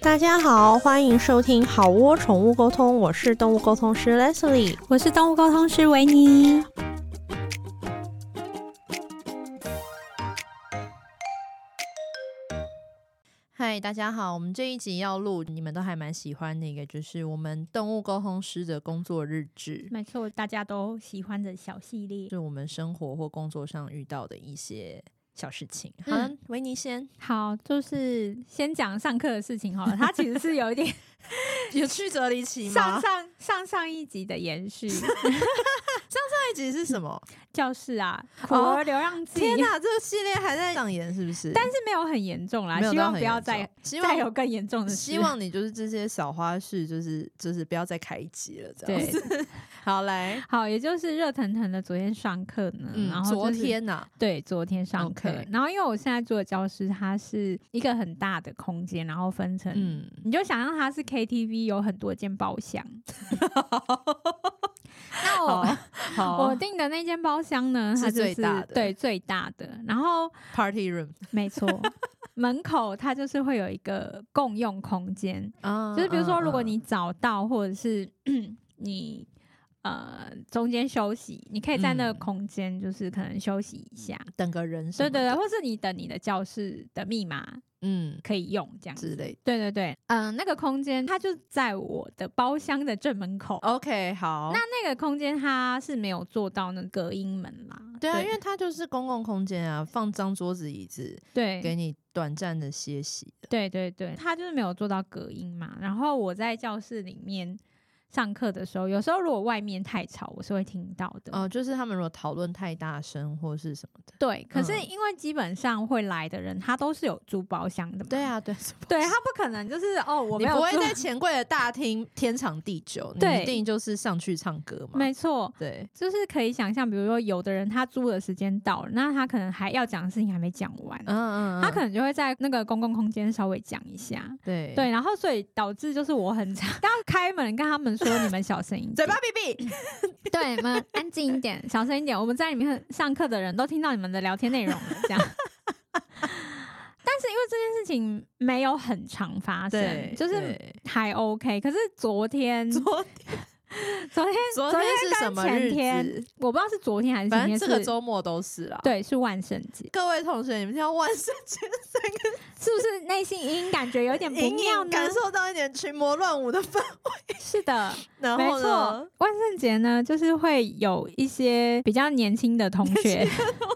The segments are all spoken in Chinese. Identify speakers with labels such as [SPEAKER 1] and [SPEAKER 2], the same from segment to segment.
[SPEAKER 1] 大家好，欢迎收听好窝宠物沟通，我是动物沟通师 Leslie。
[SPEAKER 2] 我是动物沟通师维尼。
[SPEAKER 1] 嗨，大家好，我们这一集要录，你们都还蛮喜欢那个，就是我们动物沟通师的工作日志，
[SPEAKER 2] 没错，大家都喜欢的小系列。
[SPEAKER 1] 是我们生活或工作上遇到的一些小事情。好，维尼先，
[SPEAKER 2] 好，就是先讲上课的事情好了。它其实是有一 点
[SPEAKER 1] 有曲折离奇
[SPEAKER 2] 上
[SPEAKER 1] 吗？上
[SPEAKER 2] 上上上一集的延 续。
[SPEAKER 1] 一集是什么？
[SPEAKER 2] 教室啊，苦
[SPEAKER 1] 哦
[SPEAKER 2] 儿流浪记，
[SPEAKER 1] 天哪，啊这个系列还在上演是不是？
[SPEAKER 2] 但是没有很严重啦
[SPEAKER 1] 没，有
[SPEAKER 2] 希
[SPEAKER 1] 到
[SPEAKER 2] 望
[SPEAKER 1] 很
[SPEAKER 2] 不要
[SPEAKER 1] 严重
[SPEAKER 2] 再
[SPEAKER 1] 希
[SPEAKER 2] 再有
[SPEAKER 1] 望。
[SPEAKER 2] 更严重的事。
[SPEAKER 1] 希望你就是这些小花絮，就是就是不要再开集了，这样
[SPEAKER 2] 对
[SPEAKER 1] 子。好来，
[SPEAKER 2] 好，也就是热腾腾的昨天上课呢，
[SPEAKER 1] 嗯，
[SPEAKER 2] 然后
[SPEAKER 1] 昨
[SPEAKER 2] 就是
[SPEAKER 1] 天呐、
[SPEAKER 2] 对，昨天上课
[SPEAKER 1] OK
[SPEAKER 2] 然后因为我现在住的教室，它是一个很大的空间，然后分成，
[SPEAKER 1] 嗯，
[SPEAKER 2] 你就想象它是 KTV，有很多间包厢。那我
[SPEAKER 1] 好
[SPEAKER 2] 我订的那间包厢呢，它
[SPEAKER 1] 是
[SPEAKER 2] 就
[SPEAKER 1] 最大的
[SPEAKER 2] 对，最大的。然后
[SPEAKER 1] party room
[SPEAKER 2] 没错，门口它就是会有一个共用空间，
[SPEAKER 1] 啊
[SPEAKER 2] 就是比如说，如果你早到或者是 你呃中间休息，你可以在那个
[SPEAKER 1] 嗯
[SPEAKER 2] 空间，就是可能休息一下。
[SPEAKER 1] 等个人什
[SPEAKER 2] 对
[SPEAKER 1] 么
[SPEAKER 2] 对
[SPEAKER 1] 的，
[SPEAKER 2] 对，或是你等你的教室的密码
[SPEAKER 1] 嗯
[SPEAKER 2] 可以用这样
[SPEAKER 1] 之
[SPEAKER 2] 子。
[SPEAKER 1] 类的。
[SPEAKER 2] 对对对，嗯、那个空间它就在我的包厢的正门
[SPEAKER 1] 哦
[SPEAKER 2] 口。
[SPEAKER 1] OK，好，
[SPEAKER 2] 那那个空间它是没有做到那隔音门啦。
[SPEAKER 1] 对啊，因为它就是公共空间啊，放张桌子椅子给
[SPEAKER 2] 对
[SPEAKER 1] 你短暂的歇息的。
[SPEAKER 2] 对对对，它就是没有做到隔音嘛。然后我在教室里面上课的时候，有时候如果外面太吵，我是会听到的。
[SPEAKER 1] 哦、就是他们如果讨论太大声或是什么的，
[SPEAKER 2] 对，可是
[SPEAKER 1] 嗯
[SPEAKER 2] 因为基本上会来的人，他都是有租包厢的嘛。
[SPEAKER 1] 对，啊，对，
[SPEAKER 2] 对他不可能就是哦，我
[SPEAKER 1] 你
[SPEAKER 2] 没有
[SPEAKER 1] 不会
[SPEAKER 2] 租
[SPEAKER 1] 在钱柜的大厅天长地久，你
[SPEAKER 2] 对
[SPEAKER 1] 一定就是上去唱歌 嘛。
[SPEAKER 2] 没错，
[SPEAKER 1] 对，
[SPEAKER 2] 就是可以想象，比如说有的人他租的时间到了，那他可能还要讲的事情还没讲完，
[SPEAKER 1] 嗯嗯，嗯
[SPEAKER 2] 他可能就会在那个公共空间稍微讲一下。
[SPEAKER 1] 对
[SPEAKER 2] 对，然后所以导致就是我很常 要开门跟他们说你们小声一
[SPEAKER 1] 嘴
[SPEAKER 2] 点，
[SPEAKER 1] 巴闭 闭，
[SPEAKER 2] 对，你们安静一点，小声一点，我们在里面上课的人都听到你们的聊天内容了，这样。 但是因为这件事情没有很常发生
[SPEAKER 1] 对，，
[SPEAKER 2] 就是
[SPEAKER 1] 对
[SPEAKER 2] 还 OK。可是昨天，昨
[SPEAKER 1] 昨
[SPEAKER 2] 天
[SPEAKER 1] 昨
[SPEAKER 2] 昨
[SPEAKER 1] 天
[SPEAKER 2] 天
[SPEAKER 1] 是什么
[SPEAKER 2] 前
[SPEAKER 1] 日
[SPEAKER 2] 天
[SPEAKER 1] 子？
[SPEAKER 2] 我不知道是昨天还是前
[SPEAKER 1] 反
[SPEAKER 2] 天
[SPEAKER 1] 正
[SPEAKER 2] 是，
[SPEAKER 1] 这个周末都是啦。
[SPEAKER 2] 对是万圣节。
[SPEAKER 1] 各位同学，你们听到万圣节三个
[SPEAKER 2] 是不是内心隐隐感觉有点不
[SPEAKER 1] 隐
[SPEAKER 2] 妙
[SPEAKER 1] 隐
[SPEAKER 2] 呢
[SPEAKER 1] 感？受到一点群魔乱舞的氛围。
[SPEAKER 2] 是 的，
[SPEAKER 1] 然
[SPEAKER 2] 没
[SPEAKER 1] 后
[SPEAKER 2] 错
[SPEAKER 1] 呢，。
[SPEAKER 2] 万圣节呢，就是会有一些比较 年轻的同学、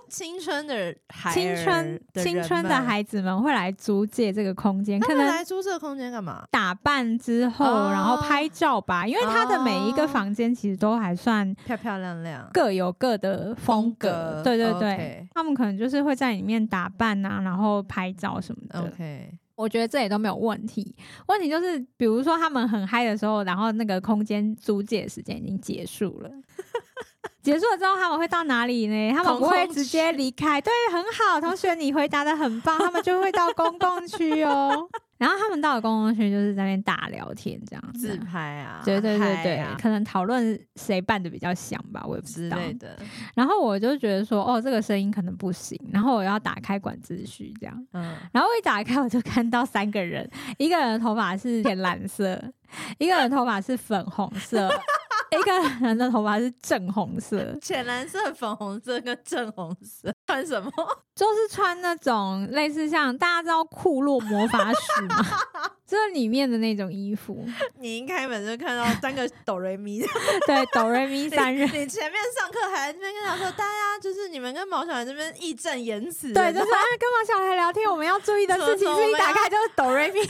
[SPEAKER 1] 青春的孩儿
[SPEAKER 2] 青春
[SPEAKER 1] 的
[SPEAKER 2] 青春的
[SPEAKER 1] 人们，
[SPEAKER 2] 孩子们会来租借这个空间，
[SPEAKER 1] 他
[SPEAKER 2] 可
[SPEAKER 1] 们
[SPEAKER 2] 能
[SPEAKER 1] 来租这个空间干嘛？
[SPEAKER 2] 打扮之后，
[SPEAKER 1] 哦
[SPEAKER 2] 然后拍照吧。因为他的每一个房间其实都还算
[SPEAKER 1] 漂漂亮亮，
[SPEAKER 2] 各有各的风
[SPEAKER 1] 哦
[SPEAKER 2] 格，对对对。他们可能就是会在里面打扮啊，然后拍照什么的。
[SPEAKER 1] ，OK，
[SPEAKER 2] 我觉得这也都没有问题。问题就是，比如说他们很嗨的时候，然后那个空间租借时间已经结束了。结束了之后，他们会到哪里呢？他们不会直接离开。对，很好，同学，你回答的很棒。他们就会到公共区哦。然后他们到了公共区，就是在那边大聊天这样
[SPEAKER 1] 自
[SPEAKER 2] 子。
[SPEAKER 1] 拍啊，
[SPEAKER 2] 对对对
[SPEAKER 1] 嗨
[SPEAKER 2] 对，
[SPEAKER 1] 啊
[SPEAKER 2] 可能讨论谁办的比较响吧，我也不知
[SPEAKER 1] 之
[SPEAKER 2] 道。
[SPEAKER 1] 类的，
[SPEAKER 2] 然后我就觉得说，哦，这个声音可能不行，然后我要打开管秩序这样。
[SPEAKER 1] 嗯，
[SPEAKER 2] 然后我一打开，我就看到三个人，一个人的头发是浅蓝色，一个人的头发是粉红色，一个人的头发是正红色，
[SPEAKER 1] 浅蓝色、粉红色跟正红色，穿什么？
[SPEAKER 2] 就是穿那种类似像大家知道库洛魔法使吗？ 这里面的那种衣服，
[SPEAKER 1] 你一开门就看到三个哆瑞咪，
[SPEAKER 2] 对，哆瑞咪 三 人，
[SPEAKER 1] 你前面上课还在那边跟他说，大家就是你们跟毛小孩这边义正言辞，
[SPEAKER 2] 对，就是啊，跟毛小孩聊天，我们要注意的事情是一打开就是哆瑞咪，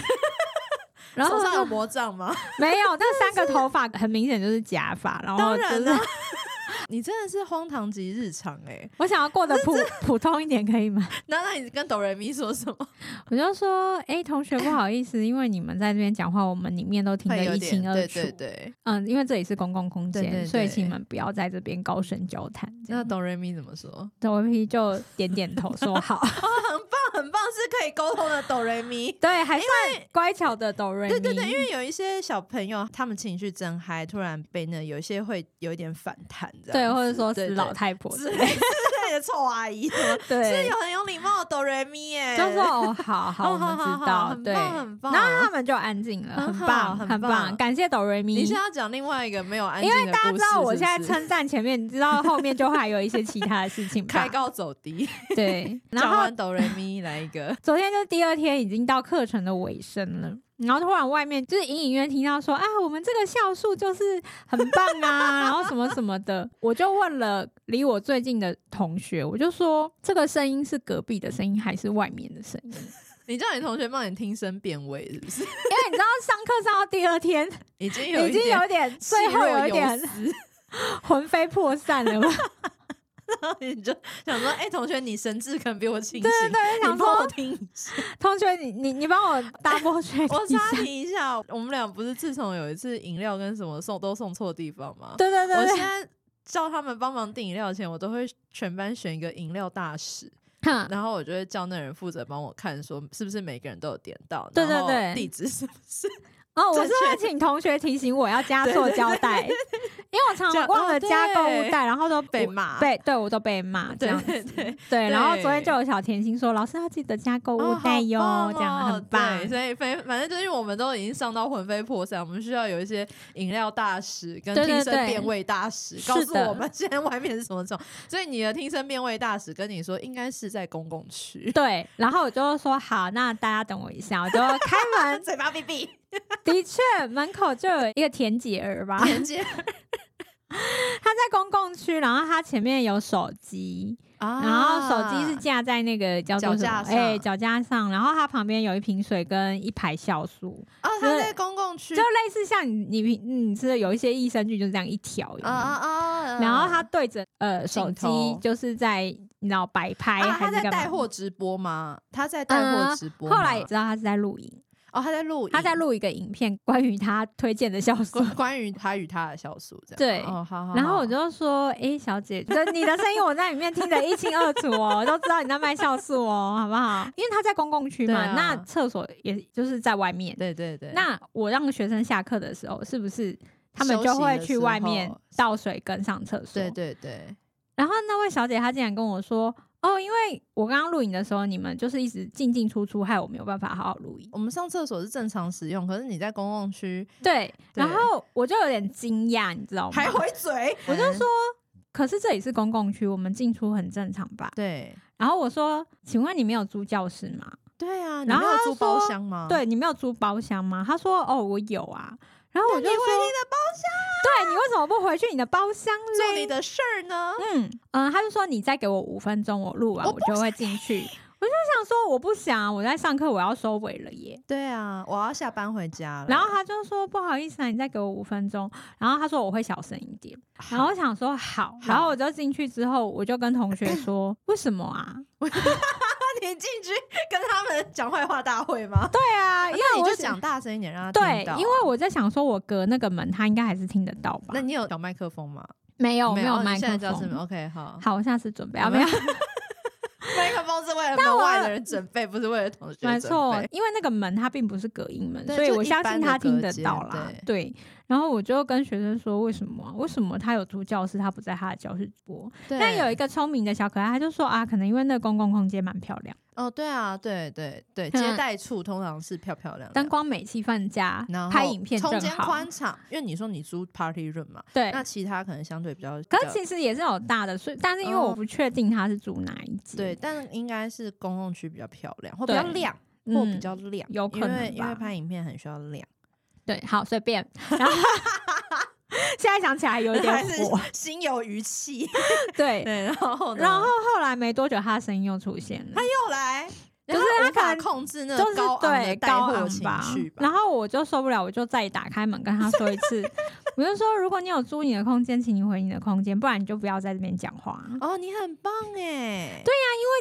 [SPEAKER 2] 然后
[SPEAKER 1] 手上有
[SPEAKER 2] 就
[SPEAKER 1] 魔杖 吗？
[SPEAKER 2] 没有，那三个头发很明显就是假发，然后
[SPEAKER 1] 当
[SPEAKER 2] 就
[SPEAKER 1] 然啊
[SPEAKER 2] 是
[SPEAKER 1] 了， 你真的是荒唐及日常哎、
[SPEAKER 2] 我想要过得 普普通一点，可以吗？
[SPEAKER 1] 那那你跟哆瑞咪说什么？
[SPEAKER 2] 我就说，哎、同学，不好意思，因为你们在这边讲话，我们里面都听
[SPEAKER 1] 会
[SPEAKER 2] 得
[SPEAKER 1] 有
[SPEAKER 2] 一清
[SPEAKER 1] 点
[SPEAKER 2] 二
[SPEAKER 1] 对
[SPEAKER 2] 楚。
[SPEAKER 1] 对对。
[SPEAKER 2] 嗯，因为这里是公共空间，
[SPEAKER 1] 对对对
[SPEAKER 2] 所以请你们不要在这边高声交谈。这
[SPEAKER 1] 那
[SPEAKER 2] 样啊
[SPEAKER 1] 哆瑞咪怎么说？
[SPEAKER 2] 抖皮就点点头 说好，
[SPEAKER 1] 很棒，是可以沟通的哆瑞咪。
[SPEAKER 2] 对，还算乖巧的哆瑞咪。
[SPEAKER 1] 对对对，因为 有一些小朋友，他们情绪真嗨，突然被那有一些会有一点反弹，这样
[SPEAKER 2] 对，
[SPEAKER 1] 子
[SPEAKER 2] 或者说
[SPEAKER 1] 对
[SPEAKER 2] 是
[SPEAKER 1] 对
[SPEAKER 2] 老太婆
[SPEAKER 1] 之
[SPEAKER 2] 之
[SPEAKER 1] 类
[SPEAKER 2] 类
[SPEAKER 1] 的
[SPEAKER 2] 的。
[SPEAKER 1] 之你的臭阿姨， 是
[SPEAKER 2] 对
[SPEAKER 1] 有，很有礼貌的哆瑞咪耶，
[SPEAKER 2] 就说哦，好好，
[SPEAKER 1] 哦
[SPEAKER 2] 我们
[SPEAKER 1] 好好
[SPEAKER 2] 知
[SPEAKER 1] 好
[SPEAKER 2] 道，
[SPEAKER 1] 很
[SPEAKER 2] 对，
[SPEAKER 1] 棒很棒
[SPEAKER 2] 然后他们就安静了，
[SPEAKER 1] 很
[SPEAKER 2] 很
[SPEAKER 1] 好
[SPEAKER 2] 棒，
[SPEAKER 1] 很
[SPEAKER 2] 很
[SPEAKER 1] 棒
[SPEAKER 2] 棒，感谢哆瑞咪。
[SPEAKER 1] 你是要讲另外一个没有安
[SPEAKER 2] 因
[SPEAKER 1] 静的
[SPEAKER 2] 为大家
[SPEAKER 1] 故
[SPEAKER 2] 知
[SPEAKER 1] 事
[SPEAKER 2] 道我
[SPEAKER 1] 是
[SPEAKER 2] 现在
[SPEAKER 1] 不是
[SPEAKER 2] 称赞前面，你知道后面就还有一些其他的事情吧
[SPEAKER 1] 开？高走低，
[SPEAKER 2] 对， 然
[SPEAKER 1] 讲
[SPEAKER 2] 后
[SPEAKER 1] 完哆瑞咪来一个
[SPEAKER 2] 昨天就第二天已经到课程的尾声了，然后突然外面就是隐隐约听到说啊，我们这个校数就是很棒 啊，然后什么什么的，我就问了离我最近的同学，我就说这个声音是隔壁的声音还是外面的声音？
[SPEAKER 1] 你叫你同学帮你听声辨位，是不是？
[SPEAKER 2] 因为你知道上课上到第二天，
[SPEAKER 1] 已经 有
[SPEAKER 2] 已
[SPEAKER 1] 一
[SPEAKER 2] 经
[SPEAKER 1] 点
[SPEAKER 2] 有点
[SPEAKER 1] 气
[SPEAKER 2] 最后
[SPEAKER 1] 若
[SPEAKER 2] 有一
[SPEAKER 1] 游
[SPEAKER 2] 点
[SPEAKER 1] 丝
[SPEAKER 2] 魂飞魄散了吧？
[SPEAKER 1] 你就想说，哎、同学，你神智可能比我清醒，
[SPEAKER 2] 对对 对，
[SPEAKER 1] 你
[SPEAKER 2] 想
[SPEAKER 1] 帮我
[SPEAKER 2] 说
[SPEAKER 1] 听一下，
[SPEAKER 2] 同学，你你你帮 我 double check
[SPEAKER 1] 我
[SPEAKER 2] 一下
[SPEAKER 1] 插你一下，我们俩不是自从有一次饮料跟什么送都送错地方吗？
[SPEAKER 2] 对对对
[SPEAKER 1] 我
[SPEAKER 2] 对
[SPEAKER 1] 现在叫他们帮忙订饮料前，我都会全班选一个饮料大使，
[SPEAKER 2] 哼，
[SPEAKER 1] 然后我就会叫那人负责帮我看，说是不是每个人都有点到，
[SPEAKER 2] 对对
[SPEAKER 1] 然后
[SPEAKER 2] 对
[SPEAKER 1] 地址是不是？
[SPEAKER 2] 哦，我
[SPEAKER 1] 正
[SPEAKER 2] 是会请同学提醒我要加
[SPEAKER 1] 对
[SPEAKER 2] 塑
[SPEAKER 1] 对
[SPEAKER 2] 胶袋，因为我常
[SPEAKER 1] 这
[SPEAKER 2] 常
[SPEAKER 1] 样
[SPEAKER 2] 忘
[SPEAKER 1] 哦
[SPEAKER 2] 了加购物
[SPEAKER 1] 对
[SPEAKER 2] 袋，然后都
[SPEAKER 1] 被
[SPEAKER 2] 我
[SPEAKER 1] 骂
[SPEAKER 2] 对对，我都被骂这
[SPEAKER 1] 对
[SPEAKER 2] 样。
[SPEAKER 1] 对对，
[SPEAKER 2] 对，然后昨天
[SPEAKER 1] 对
[SPEAKER 2] 就有小甜心说，老师要记得加购
[SPEAKER 1] 哦
[SPEAKER 2] 物
[SPEAKER 1] 好
[SPEAKER 2] 袋哟，
[SPEAKER 1] 棒
[SPEAKER 2] 这样
[SPEAKER 1] 哦
[SPEAKER 2] 很棒。
[SPEAKER 1] 对所以反反正就是我们都已经上到魂飞魄散，我们需要有一些饮料大使跟
[SPEAKER 2] 对对
[SPEAKER 1] 听声
[SPEAKER 2] 对
[SPEAKER 1] 辨位大使
[SPEAKER 2] 是
[SPEAKER 1] 告诉
[SPEAKER 2] 的
[SPEAKER 1] 我们现在外面是什么状况。所以你的听声辨位大使跟你说，应该是在公共区。
[SPEAKER 2] 对，然后我就说好，那大家等我一下，我就开门。
[SPEAKER 1] 嘴巴闭闭，
[SPEAKER 2] 的确，门口就有一个田姐儿 吧，
[SPEAKER 1] 连接
[SPEAKER 2] 她在公共区，然后她前面有手机，
[SPEAKER 1] 啊
[SPEAKER 2] 然后手机是架在那个叫做
[SPEAKER 1] 脚
[SPEAKER 2] 什么
[SPEAKER 1] 架上
[SPEAKER 2] 哎脚架上，然后它旁边有一瓶水跟一排酵素，
[SPEAKER 1] 哦，他在公共区
[SPEAKER 2] 就类似像你你平你吃的有一些益生菌就是这样一条有没有
[SPEAKER 1] 啊啊啊！
[SPEAKER 2] 然后他对着呃
[SPEAKER 1] 镜
[SPEAKER 2] 手机
[SPEAKER 1] 头
[SPEAKER 2] 就是在你知道摆拍
[SPEAKER 1] 啊，
[SPEAKER 2] 还
[SPEAKER 1] 他
[SPEAKER 2] 是
[SPEAKER 1] 在
[SPEAKER 2] 干嘛？
[SPEAKER 1] 带货直播吗？他在带货
[SPEAKER 2] 嗯
[SPEAKER 1] 直播吗、
[SPEAKER 2] 后来也知道他是在录影，
[SPEAKER 1] 哦，他在录影，
[SPEAKER 2] 他在录一个影片关于他推荐的酵素。
[SPEAKER 1] 关关于他与他的小数这样。
[SPEAKER 2] 对
[SPEAKER 1] 哦，好好好。
[SPEAKER 2] 然后我就说：“哎、小姐，这你的声音我在里面听得一清二楚哦，我都知道你在卖酵素哦，好不好？因为他在公共区嘛，
[SPEAKER 1] 对啊
[SPEAKER 2] 那厕所也就是在外面，
[SPEAKER 1] 对对对，
[SPEAKER 2] 那我让学生下课的时候，是不是他们
[SPEAKER 1] 休
[SPEAKER 2] 就
[SPEAKER 1] 息
[SPEAKER 2] 会
[SPEAKER 1] 的
[SPEAKER 2] 去
[SPEAKER 1] 时
[SPEAKER 2] 外面
[SPEAKER 1] 候
[SPEAKER 2] 倒水跟上厕所？
[SPEAKER 1] 对。对对，
[SPEAKER 2] 然后那位小姐她竟然跟我说：“哦，因为我刚刚录影的时候，你们就是一直进进出出，害我没有办法好好录影。
[SPEAKER 1] 我们上厕所是正常使用，可是你在公共区
[SPEAKER 2] 对”然
[SPEAKER 1] 对
[SPEAKER 2] 后我就有点惊讶，你知道哦吗？
[SPEAKER 1] 回嘴，
[SPEAKER 2] 我就说。可是这里是公共区，我们进出很正常吧？
[SPEAKER 1] 对
[SPEAKER 2] 然后我说：“请问你没有租教室吗？
[SPEAKER 1] 对啊，你
[SPEAKER 2] 然
[SPEAKER 1] 没
[SPEAKER 2] 后
[SPEAKER 1] 有
[SPEAKER 2] 他
[SPEAKER 1] 租
[SPEAKER 2] 就
[SPEAKER 1] 包
[SPEAKER 2] 说
[SPEAKER 1] 厢吗？
[SPEAKER 2] 对你没有租包厢吗？”他说：“哦，我有啊。”然后
[SPEAKER 1] 那
[SPEAKER 2] 我
[SPEAKER 1] 你
[SPEAKER 2] 就
[SPEAKER 1] 回
[SPEAKER 2] 说：“
[SPEAKER 1] 你的包
[SPEAKER 2] 对你为什么不回去你的包厢嘞？
[SPEAKER 1] 做你的事儿呢？
[SPEAKER 2] 嗯嗯，他就说你再给我五分钟，我录完
[SPEAKER 1] 我
[SPEAKER 2] 我就会进去。我就想说我不想，啊我在上课，我要收尾了耶。
[SPEAKER 1] 对啊，我要下班回家了。
[SPEAKER 2] 然后他就说不好意思啊，你再给我五分钟。然后他说我会小声一点。然后我想说好，然后我就进去之后，我就跟同学 说为什么啊？
[SPEAKER 1] 那你进去跟他们讲坏话大会吗？
[SPEAKER 2] 对啊，因
[SPEAKER 1] 那
[SPEAKER 2] 为
[SPEAKER 1] 你
[SPEAKER 2] 我
[SPEAKER 1] 就
[SPEAKER 2] 想
[SPEAKER 1] 讲大声一点，让他
[SPEAKER 2] 对
[SPEAKER 1] 听到，
[SPEAKER 2] 因为我在想说我隔那个门，他应该还是听得到吧
[SPEAKER 1] 那？你有小麦克风吗？
[SPEAKER 2] 没有
[SPEAKER 1] 没
[SPEAKER 2] 没有
[SPEAKER 1] 哦你
[SPEAKER 2] 麦
[SPEAKER 1] 现
[SPEAKER 2] 克
[SPEAKER 1] 在知道是
[SPEAKER 2] 风。
[SPEAKER 1] OK 好。
[SPEAKER 2] 好，我下次准备啊，
[SPEAKER 1] 我
[SPEAKER 2] 没
[SPEAKER 1] 们
[SPEAKER 2] 有。
[SPEAKER 1] 麦克风是为 了
[SPEAKER 2] 但
[SPEAKER 1] 门
[SPEAKER 2] 我
[SPEAKER 1] 外的人准备，不是为了同学准备。
[SPEAKER 2] 没错，因为那个门它并不是隔音门，
[SPEAKER 1] 对
[SPEAKER 2] 所以
[SPEAKER 1] 就
[SPEAKER 2] 我
[SPEAKER 1] 一
[SPEAKER 2] 相
[SPEAKER 1] 般
[SPEAKER 2] 信
[SPEAKER 1] 的
[SPEAKER 2] 他听
[SPEAKER 1] 隔
[SPEAKER 2] 得
[SPEAKER 1] 间
[SPEAKER 2] 到啦。对，然后我就跟学生说，为什么啊、为什么他有租教室，他不在他的教室播？
[SPEAKER 1] 对
[SPEAKER 2] 但有一个聪明的小可爱，他就说啊，可能因为那个公共空间蛮漂亮，
[SPEAKER 1] 哦，对啊，对对对，
[SPEAKER 2] 嗯
[SPEAKER 1] 接待处通常是漂漂亮亮
[SPEAKER 2] 灯。光美、气氛佳
[SPEAKER 1] 然，后
[SPEAKER 2] 拍影片
[SPEAKER 1] 空
[SPEAKER 2] 正
[SPEAKER 1] 间
[SPEAKER 2] 好。
[SPEAKER 1] 宽敞，因为你说你租 party room 嘛，
[SPEAKER 2] 对，
[SPEAKER 1] 那其他可能相对比较，
[SPEAKER 2] 可
[SPEAKER 1] 比
[SPEAKER 2] 是
[SPEAKER 1] 较
[SPEAKER 2] 其实也是有大的，所以但是因为我
[SPEAKER 1] 哦
[SPEAKER 2] 不确定他是住哪一间，
[SPEAKER 1] 对，，但应该是公共区比较漂亮，或比较
[SPEAKER 2] 对
[SPEAKER 1] 亮，或比
[SPEAKER 2] 嗯，
[SPEAKER 1] 较亮，
[SPEAKER 2] 有可能
[SPEAKER 1] 因为因为
[SPEAKER 2] 吧
[SPEAKER 1] 拍影片很需要亮，
[SPEAKER 2] 对，好随便。然 后现在想起来有一点火，
[SPEAKER 1] 心有余悸。
[SPEAKER 2] 对。
[SPEAKER 1] 对，然后呢
[SPEAKER 2] 然后后来没多久，他的声音又出现了。
[SPEAKER 1] 又来，
[SPEAKER 2] 可是
[SPEAKER 1] 他
[SPEAKER 2] 他
[SPEAKER 1] 无法
[SPEAKER 2] 可能
[SPEAKER 1] 控制那
[SPEAKER 2] 就
[SPEAKER 1] 个
[SPEAKER 2] 是
[SPEAKER 1] 高昂的
[SPEAKER 2] 对
[SPEAKER 1] 带
[SPEAKER 2] 高
[SPEAKER 1] 货
[SPEAKER 2] 昂
[SPEAKER 1] 情
[SPEAKER 2] 吧
[SPEAKER 1] 绪吧。
[SPEAKER 2] 然后我就受不了，我就再打开门跟他说一次，我就说如果你有租你的空间，请你回你的空间，不然你就不要在这边讲话，啊因为
[SPEAKER 1] 哦，你很棒哎，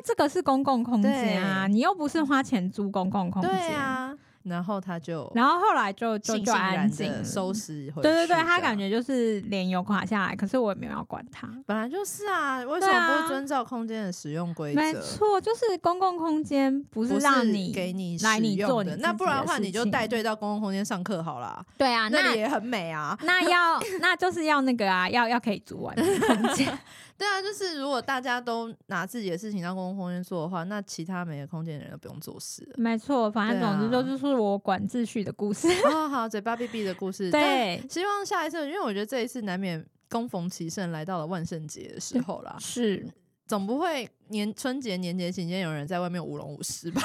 [SPEAKER 2] 这个是公共空间啊，
[SPEAKER 1] 对
[SPEAKER 2] 你又不是花钱租公共空间。
[SPEAKER 1] 对。啊，然后他就
[SPEAKER 2] 然后后来就就
[SPEAKER 1] 悻
[SPEAKER 2] 就
[SPEAKER 1] 悻
[SPEAKER 2] 安
[SPEAKER 1] 然
[SPEAKER 2] 静了
[SPEAKER 1] 的收拾回去这
[SPEAKER 2] 对对
[SPEAKER 1] 样。
[SPEAKER 2] 对，他感觉就是脸有垮下来，可是我也没有要管他。
[SPEAKER 1] 本来就是啊，为什
[SPEAKER 2] 对
[SPEAKER 1] 么
[SPEAKER 2] 啊
[SPEAKER 1] 不遵照空间的使用规则？
[SPEAKER 2] 没错，就是公共空间不
[SPEAKER 1] 不
[SPEAKER 2] 是
[SPEAKER 1] 是
[SPEAKER 2] 让你
[SPEAKER 1] 给你
[SPEAKER 2] 来
[SPEAKER 1] 使
[SPEAKER 2] 你
[SPEAKER 1] 用
[SPEAKER 2] 做
[SPEAKER 1] 的
[SPEAKER 2] 你
[SPEAKER 1] 那
[SPEAKER 2] 自
[SPEAKER 1] 不
[SPEAKER 2] 己
[SPEAKER 1] 然
[SPEAKER 2] 的
[SPEAKER 1] 的话
[SPEAKER 2] 事
[SPEAKER 1] 你就
[SPEAKER 2] 情
[SPEAKER 1] 带队到公共空间上课好啦，
[SPEAKER 2] 对啊，
[SPEAKER 1] 那
[SPEAKER 2] 那
[SPEAKER 1] 里也很美啊。
[SPEAKER 2] 那要那就是要那个啊，要要可以租完空间。
[SPEAKER 1] 对啊，就是如果大家都拿自己的事情当公共空间做的话，那其他每个空间的人都不用做事了。
[SPEAKER 2] 没错，反正
[SPEAKER 1] 对啊
[SPEAKER 2] 总之就是我管秩序的故事。
[SPEAKER 1] 哦，好，嘴巴闭闭的 故事。但
[SPEAKER 2] 对，
[SPEAKER 1] 希望下一次，因为我觉得这一次难免攻逢其盛，来到了万圣节的时候 啦，
[SPEAKER 2] 是
[SPEAKER 1] 总不会年春节年节期间有人在外面舞龙舞 狮吧？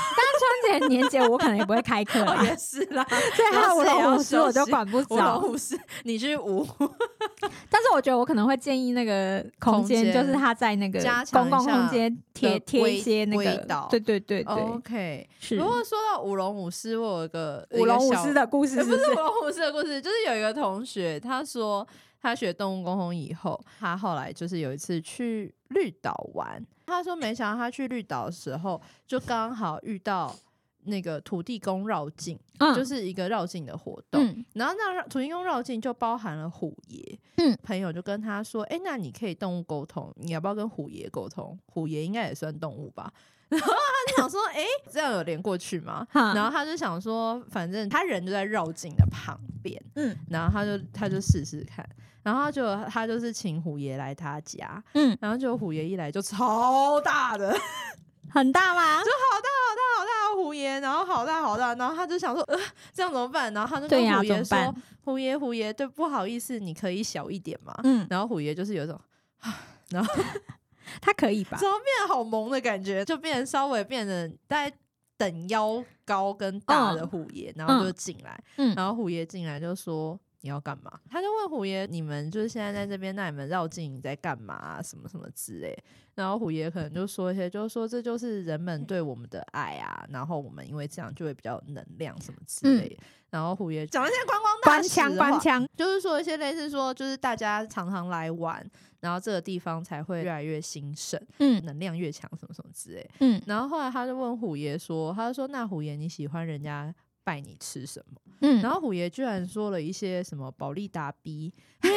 [SPEAKER 2] 春节年节我可能也不会开课 啦，
[SPEAKER 1] 哦，也是啦，
[SPEAKER 2] 所以他的舞龙舞狮啊我就管不
[SPEAKER 1] 舞龙
[SPEAKER 2] 着。
[SPEAKER 1] 舞狮，你去舞，
[SPEAKER 2] 但是我觉得我可能会建议那个空
[SPEAKER 1] 空
[SPEAKER 2] 间，
[SPEAKER 1] 间
[SPEAKER 2] 就是他在那个
[SPEAKER 1] 加
[SPEAKER 2] 公
[SPEAKER 1] 强一
[SPEAKER 2] 共
[SPEAKER 1] 下
[SPEAKER 2] 空间贴
[SPEAKER 1] 的
[SPEAKER 2] 贴
[SPEAKER 1] 味
[SPEAKER 2] 一些那
[SPEAKER 1] 味
[SPEAKER 2] 个
[SPEAKER 1] 道，
[SPEAKER 2] 对对对对，
[SPEAKER 1] OK，
[SPEAKER 2] 是
[SPEAKER 1] 不过说到舞龙舞狮，我有一个
[SPEAKER 2] 舞龙舞狮，
[SPEAKER 1] 一个
[SPEAKER 2] 的故事
[SPEAKER 1] 小呃
[SPEAKER 2] 是
[SPEAKER 1] 不
[SPEAKER 2] 不
[SPEAKER 1] 是
[SPEAKER 2] 是
[SPEAKER 1] 舞龙舞狮的故事，就是有一个同学，他说他学动物沟通以后，他后来就是有一次去绿岛玩，他说没想到他去绿岛的时候，就刚好遇到那个土地公绕境，
[SPEAKER 2] 嗯
[SPEAKER 1] 就是一个绕境的活动。
[SPEAKER 2] 嗯
[SPEAKER 1] 然后那土地公绕境就包含了虎爷，
[SPEAKER 2] 嗯
[SPEAKER 1] 朋友就跟他说，哎、那你可以动物沟通，你要不要跟虎爷沟通？虎爷应该也算动物吧。然后他就想说，哎、这样有连过去吗？
[SPEAKER 2] 哈
[SPEAKER 1] 然后他就想说，反正他人就在绕境的旁边，
[SPEAKER 2] 嗯
[SPEAKER 1] 然后他就他就试试看，然后就他就是请虎爷来他家，
[SPEAKER 2] 嗯，
[SPEAKER 1] 然后就虎爷一来就超大的，
[SPEAKER 2] 很大吗？
[SPEAKER 1] 好大的虎爷，然后好大好大，然后他就想说，呃，这样怎么办？然后他就跟
[SPEAKER 2] 对呀
[SPEAKER 1] 虎爷
[SPEAKER 2] 怎么
[SPEAKER 1] 说
[SPEAKER 2] 办，
[SPEAKER 1] 虎爷虎爷，对，不好意思，你可以小一点嘛。
[SPEAKER 2] 嗯，
[SPEAKER 1] 然后虎爷就是有一种
[SPEAKER 2] 他可以 吧
[SPEAKER 1] 怎？么变得好萌的感觉，就变成稍微变得大概等腰高跟大的虎爷，然后就进来，
[SPEAKER 2] 嗯
[SPEAKER 1] 然后虎爷进来就说。你要干嘛？他就问虎爷：“你们就是现在在这边，那你们绕境你在干嘛啊、什么什么之类。”然后虎爷可能就说一些，就是说这就是人们对我们的爱啊，然后我们因为这样就会比较有能量什么之类的。然后虎爷讲了一些观光大
[SPEAKER 2] 官
[SPEAKER 1] 使的
[SPEAKER 2] 嗯腔
[SPEAKER 1] 话
[SPEAKER 2] 官腔，
[SPEAKER 1] 就是说一些类似说，就是大家常常来玩，然后这个地方才会越来越兴盛，
[SPEAKER 2] 嗯
[SPEAKER 1] 能量越强，什么什么之类。
[SPEAKER 2] 嗯
[SPEAKER 1] 然后后来他就问虎爷说，他就说那虎爷你喜欢人家拜你吃什么？
[SPEAKER 2] 嗯
[SPEAKER 1] 然后虎爷居然说了一些什么保利达 B，还有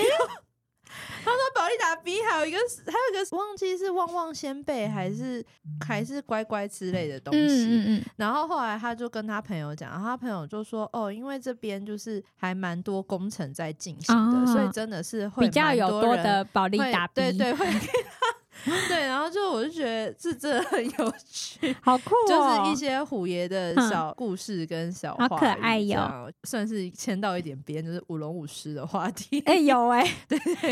[SPEAKER 1] 他说保利达 B 还有一个还有一个忘记是旺旺仙贝还是还是乖乖之类的东西。
[SPEAKER 2] 嗯嗯
[SPEAKER 1] 然后后来他就跟他朋友讲，然后他朋友就说：“哦，因为这边就是还蛮多工程在进行的，
[SPEAKER 2] 啊
[SPEAKER 1] 所以真的是
[SPEAKER 2] 嗯，
[SPEAKER 1] 会
[SPEAKER 2] 比较
[SPEAKER 1] 蛮
[SPEAKER 2] 有
[SPEAKER 1] 多
[SPEAKER 2] 多
[SPEAKER 1] 人
[SPEAKER 2] 的保利
[SPEAKER 1] 会
[SPEAKER 2] 达 B，
[SPEAKER 1] 对 对会对。”然后就我就觉得这真的很有 趣，
[SPEAKER 2] 好酷哦，
[SPEAKER 1] 就是一些虎爷的小故事跟小话
[SPEAKER 2] 好
[SPEAKER 1] 语，
[SPEAKER 2] 可爱哟
[SPEAKER 1] 这样，算是牵到一点边，就是舞龙舞狮的话题。
[SPEAKER 2] 哎、 有哎、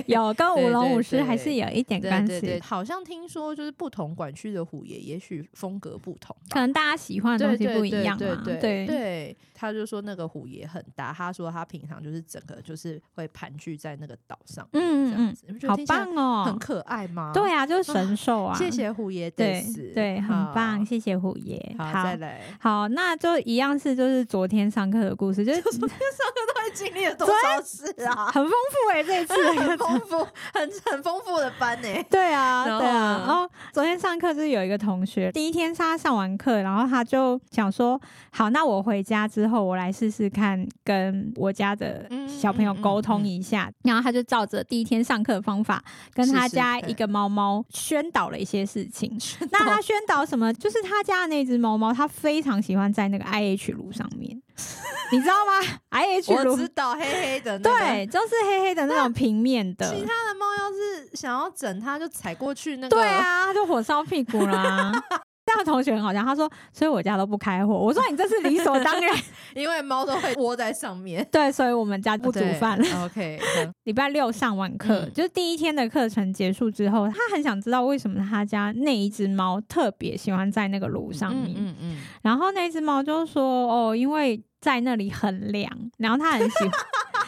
[SPEAKER 2] 有跟
[SPEAKER 1] 对
[SPEAKER 2] 舞龙
[SPEAKER 1] 对
[SPEAKER 2] 舞狮
[SPEAKER 1] 对
[SPEAKER 2] 还是有一点
[SPEAKER 1] 对
[SPEAKER 2] 关
[SPEAKER 1] 对
[SPEAKER 2] 系，
[SPEAKER 1] 对，好像听说就是不同管区的虎爷，也许风格不同吧
[SPEAKER 2] 可。能大家喜欢的东
[SPEAKER 1] 对
[SPEAKER 2] 西
[SPEAKER 1] 对
[SPEAKER 2] 不一
[SPEAKER 1] 对
[SPEAKER 2] 样
[SPEAKER 1] 对
[SPEAKER 2] 嘛，
[SPEAKER 1] 对
[SPEAKER 2] 对
[SPEAKER 1] 对他就说那个虎爷很大，他说他平常就是整个就是会盘踞在那个岛上面
[SPEAKER 2] 嗯
[SPEAKER 1] 这样
[SPEAKER 2] 嗯
[SPEAKER 1] 子，你不觉得
[SPEAKER 2] 好
[SPEAKER 1] 听起来
[SPEAKER 2] 棒哦，
[SPEAKER 1] 很可爱吗？
[SPEAKER 2] 对啊，就是 神兽啊，
[SPEAKER 1] 谢，谢虎爷
[SPEAKER 2] 对
[SPEAKER 1] 得死，
[SPEAKER 2] 对，很
[SPEAKER 1] 好
[SPEAKER 2] 棒，。谢谢虎爷，
[SPEAKER 1] 好，再来，
[SPEAKER 2] 好，那就一样是就是昨天上课的故事，就是
[SPEAKER 1] 到底经历了多少事啊？
[SPEAKER 2] 很丰富哎、这一次
[SPEAKER 1] 很丰富， 很很丰富的班 呢。
[SPEAKER 2] 对啊，
[SPEAKER 1] 然
[SPEAKER 2] 对啊。
[SPEAKER 1] 后呢
[SPEAKER 2] 然后昨天上课就是有一个同学，第一天是他上完课，然后他就想说，好，那我回家之后，我来试试看跟我家的
[SPEAKER 1] 嗯
[SPEAKER 2] 小朋友
[SPEAKER 1] 嗯嗯
[SPEAKER 2] 沟通
[SPEAKER 1] 嗯
[SPEAKER 2] 一下。然后他就照着第一天上课的方法，跟
[SPEAKER 1] 试
[SPEAKER 2] 他
[SPEAKER 1] 试
[SPEAKER 2] 家
[SPEAKER 1] 看
[SPEAKER 2] 一个猫猫宣导了一些事情。那他宣导什么？就是他家的那只猫猫，它非常喜欢在那个 IH 炉上面，你知道吗？IH
[SPEAKER 1] 我
[SPEAKER 2] 炉
[SPEAKER 1] 知。道黑黑的那个，
[SPEAKER 2] 对，就是黑黑的那种平面的。
[SPEAKER 1] 其他的猫要是想要整它，就踩过去那个。
[SPEAKER 2] 对，啊，他就火烧屁股啦。那个同学很好笑，他说，所以我家都不开火。我说你这是理所当然。。
[SPEAKER 1] 因为猫都会窝在上面
[SPEAKER 2] 对，所以我们家不煮
[SPEAKER 1] 对
[SPEAKER 2] 饭了。
[SPEAKER 1] OK，很
[SPEAKER 2] 礼拜六上完课，
[SPEAKER 1] 嗯
[SPEAKER 2] 就是第一天的课程结束之后，他很想知道为什么他家那一只猫特别喜欢在那个炉 上面。
[SPEAKER 1] 嗯嗯。
[SPEAKER 2] 然后那只猫就说：“哦，因为在那里很凉，然后它很喜欢， 就是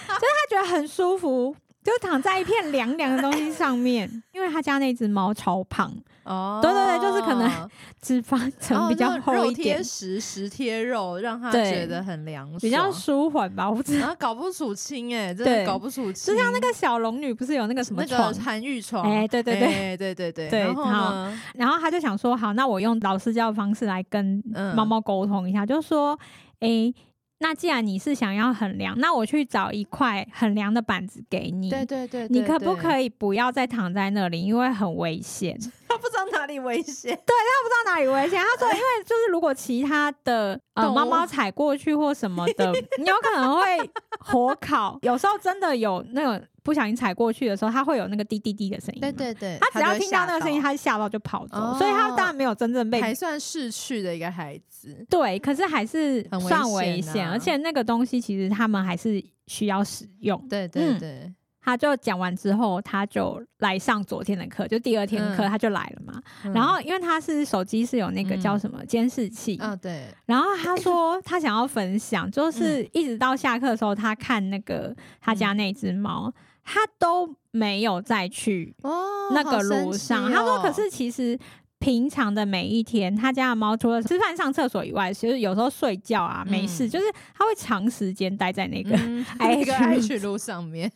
[SPEAKER 2] 它觉得很舒服，就是躺在一片凉凉的东西上面。因为他家那只猫超胖，
[SPEAKER 1] 哦，
[SPEAKER 2] 对对对就是可 能脂肪层比较
[SPEAKER 1] 哦那
[SPEAKER 2] 厚
[SPEAKER 1] 肉
[SPEAKER 2] 一点，
[SPEAKER 1] 贴实实贴肉，让他
[SPEAKER 2] 对
[SPEAKER 1] 觉得很凉爽，
[SPEAKER 2] 比 较舒缓吧。我不知道，
[SPEAKER 1] 然后搞不出清哎、真
[SPEAKER 2] 对
[SPEAKER 1] 的搞不出清，
[SPEAKER 2] 就像那个小龙女不是有那个什么
[SPEAKER 1] 那
[SPEAKER 2] 床
[SPEAKER 1] 个，韩愈床，
[SPEAKER 2] 哎、对对对。
[SPEAKER 1] 哎对对对
[SPEAKER 2] 对
[SPEAKER 1] 然后呢，
[SPEAKER 2] 然后他就想说，好，那我用老师教的方式来跟
[SPEAKER 1] 嗯
[SPEAKER 2] 猫猫沟通一下，就说，哎、那既然你是想要很凉，那我去找一块很凉的板子给你。
[SPEAKER 1] 对对对，
[SPEAKER 2] 你可不可
[SPEAKER 1] 以？
[SPEAKER 2] 以不要再躺在那里，因为很危险。不
[SPEAKER 1] 他 不知道哪里 危险，
[SPEAKER 2] 知道哪里危险，啊他 说，因为就是如果其他的呃
[SPEAKER 1] 动物
[SPEAKER 2] 猫猫踩 过去或什么的，你有可能会火烤。有时候真的有那种不小心踩过去的时候，它会有那个滴滴滴的声音。
[SPEAKER 1] 对。对对，
[SPEAKER 2] 他只要听到那个声音，
[SPEAKER 1] 他
[SPEAKER 2] 他就吓到就跑走，
[SPEAKER 1] 哦
[SPEAKER 2] 所以他当然没有真正
[SPEAKER 1] 就会吓到
[SPEAKER 2] 被
[SPEAKER 1] 还算逝去的一个孩子，
[SPEAKER 2] 对，可是还是
[SPEAKER 1] 很危
[SPEAKER 2] 算危
[SPEAKER 1] 险
[SPEAKER 2] 险，
[SPEAKER 1] 啊
[SPEAKER 2] 而且那个东西其实他们还是需要使用。
[SPEAKER 1] 对对
[SPEAKER 2] 嗯
[SPEAKER 1] 对。
[SPEAKER 2] 他就讲完之后，他就来上昨天的课，就第二天的课
[SPEAKER 1] 嗯
[SPEAKER 2] 他就来了嘛。
[SPEAKER 1] 嗯
[SPEAKER 2] 然后因为他是手机是有那个叫
[SPEAKER 1] 嗯
[SPEAKER 2] 什么监视器，
[SPEAKER 1] 啊，对，
[SPEAKER 2] 然后他说他想要分享，
[SPEAKER 1] 嗯
[SPEAKER 2] 就是一直到下课的时候，他看那个他家
[SPEAKER 1] 嗯
[SPEAKER 2] 那只猫，他都没有再去
[SPEAKER 1] 哦
[SPEAKER 2] 那个路上。他说，可是其实。平常的每一天，他家的猫除了吃饭、上厕所以外，其实有时候睡觉啊，没事，
[SPEAKER 1] 嗯
[SPEAKER 2] 就是它会长时间待在那个。
[SPEAKER 1] 一个
[SPEAKER 2] I
[SPEAKER 1] I
[SPEAKER 2] H
[SPEAKER 1] 去路上面，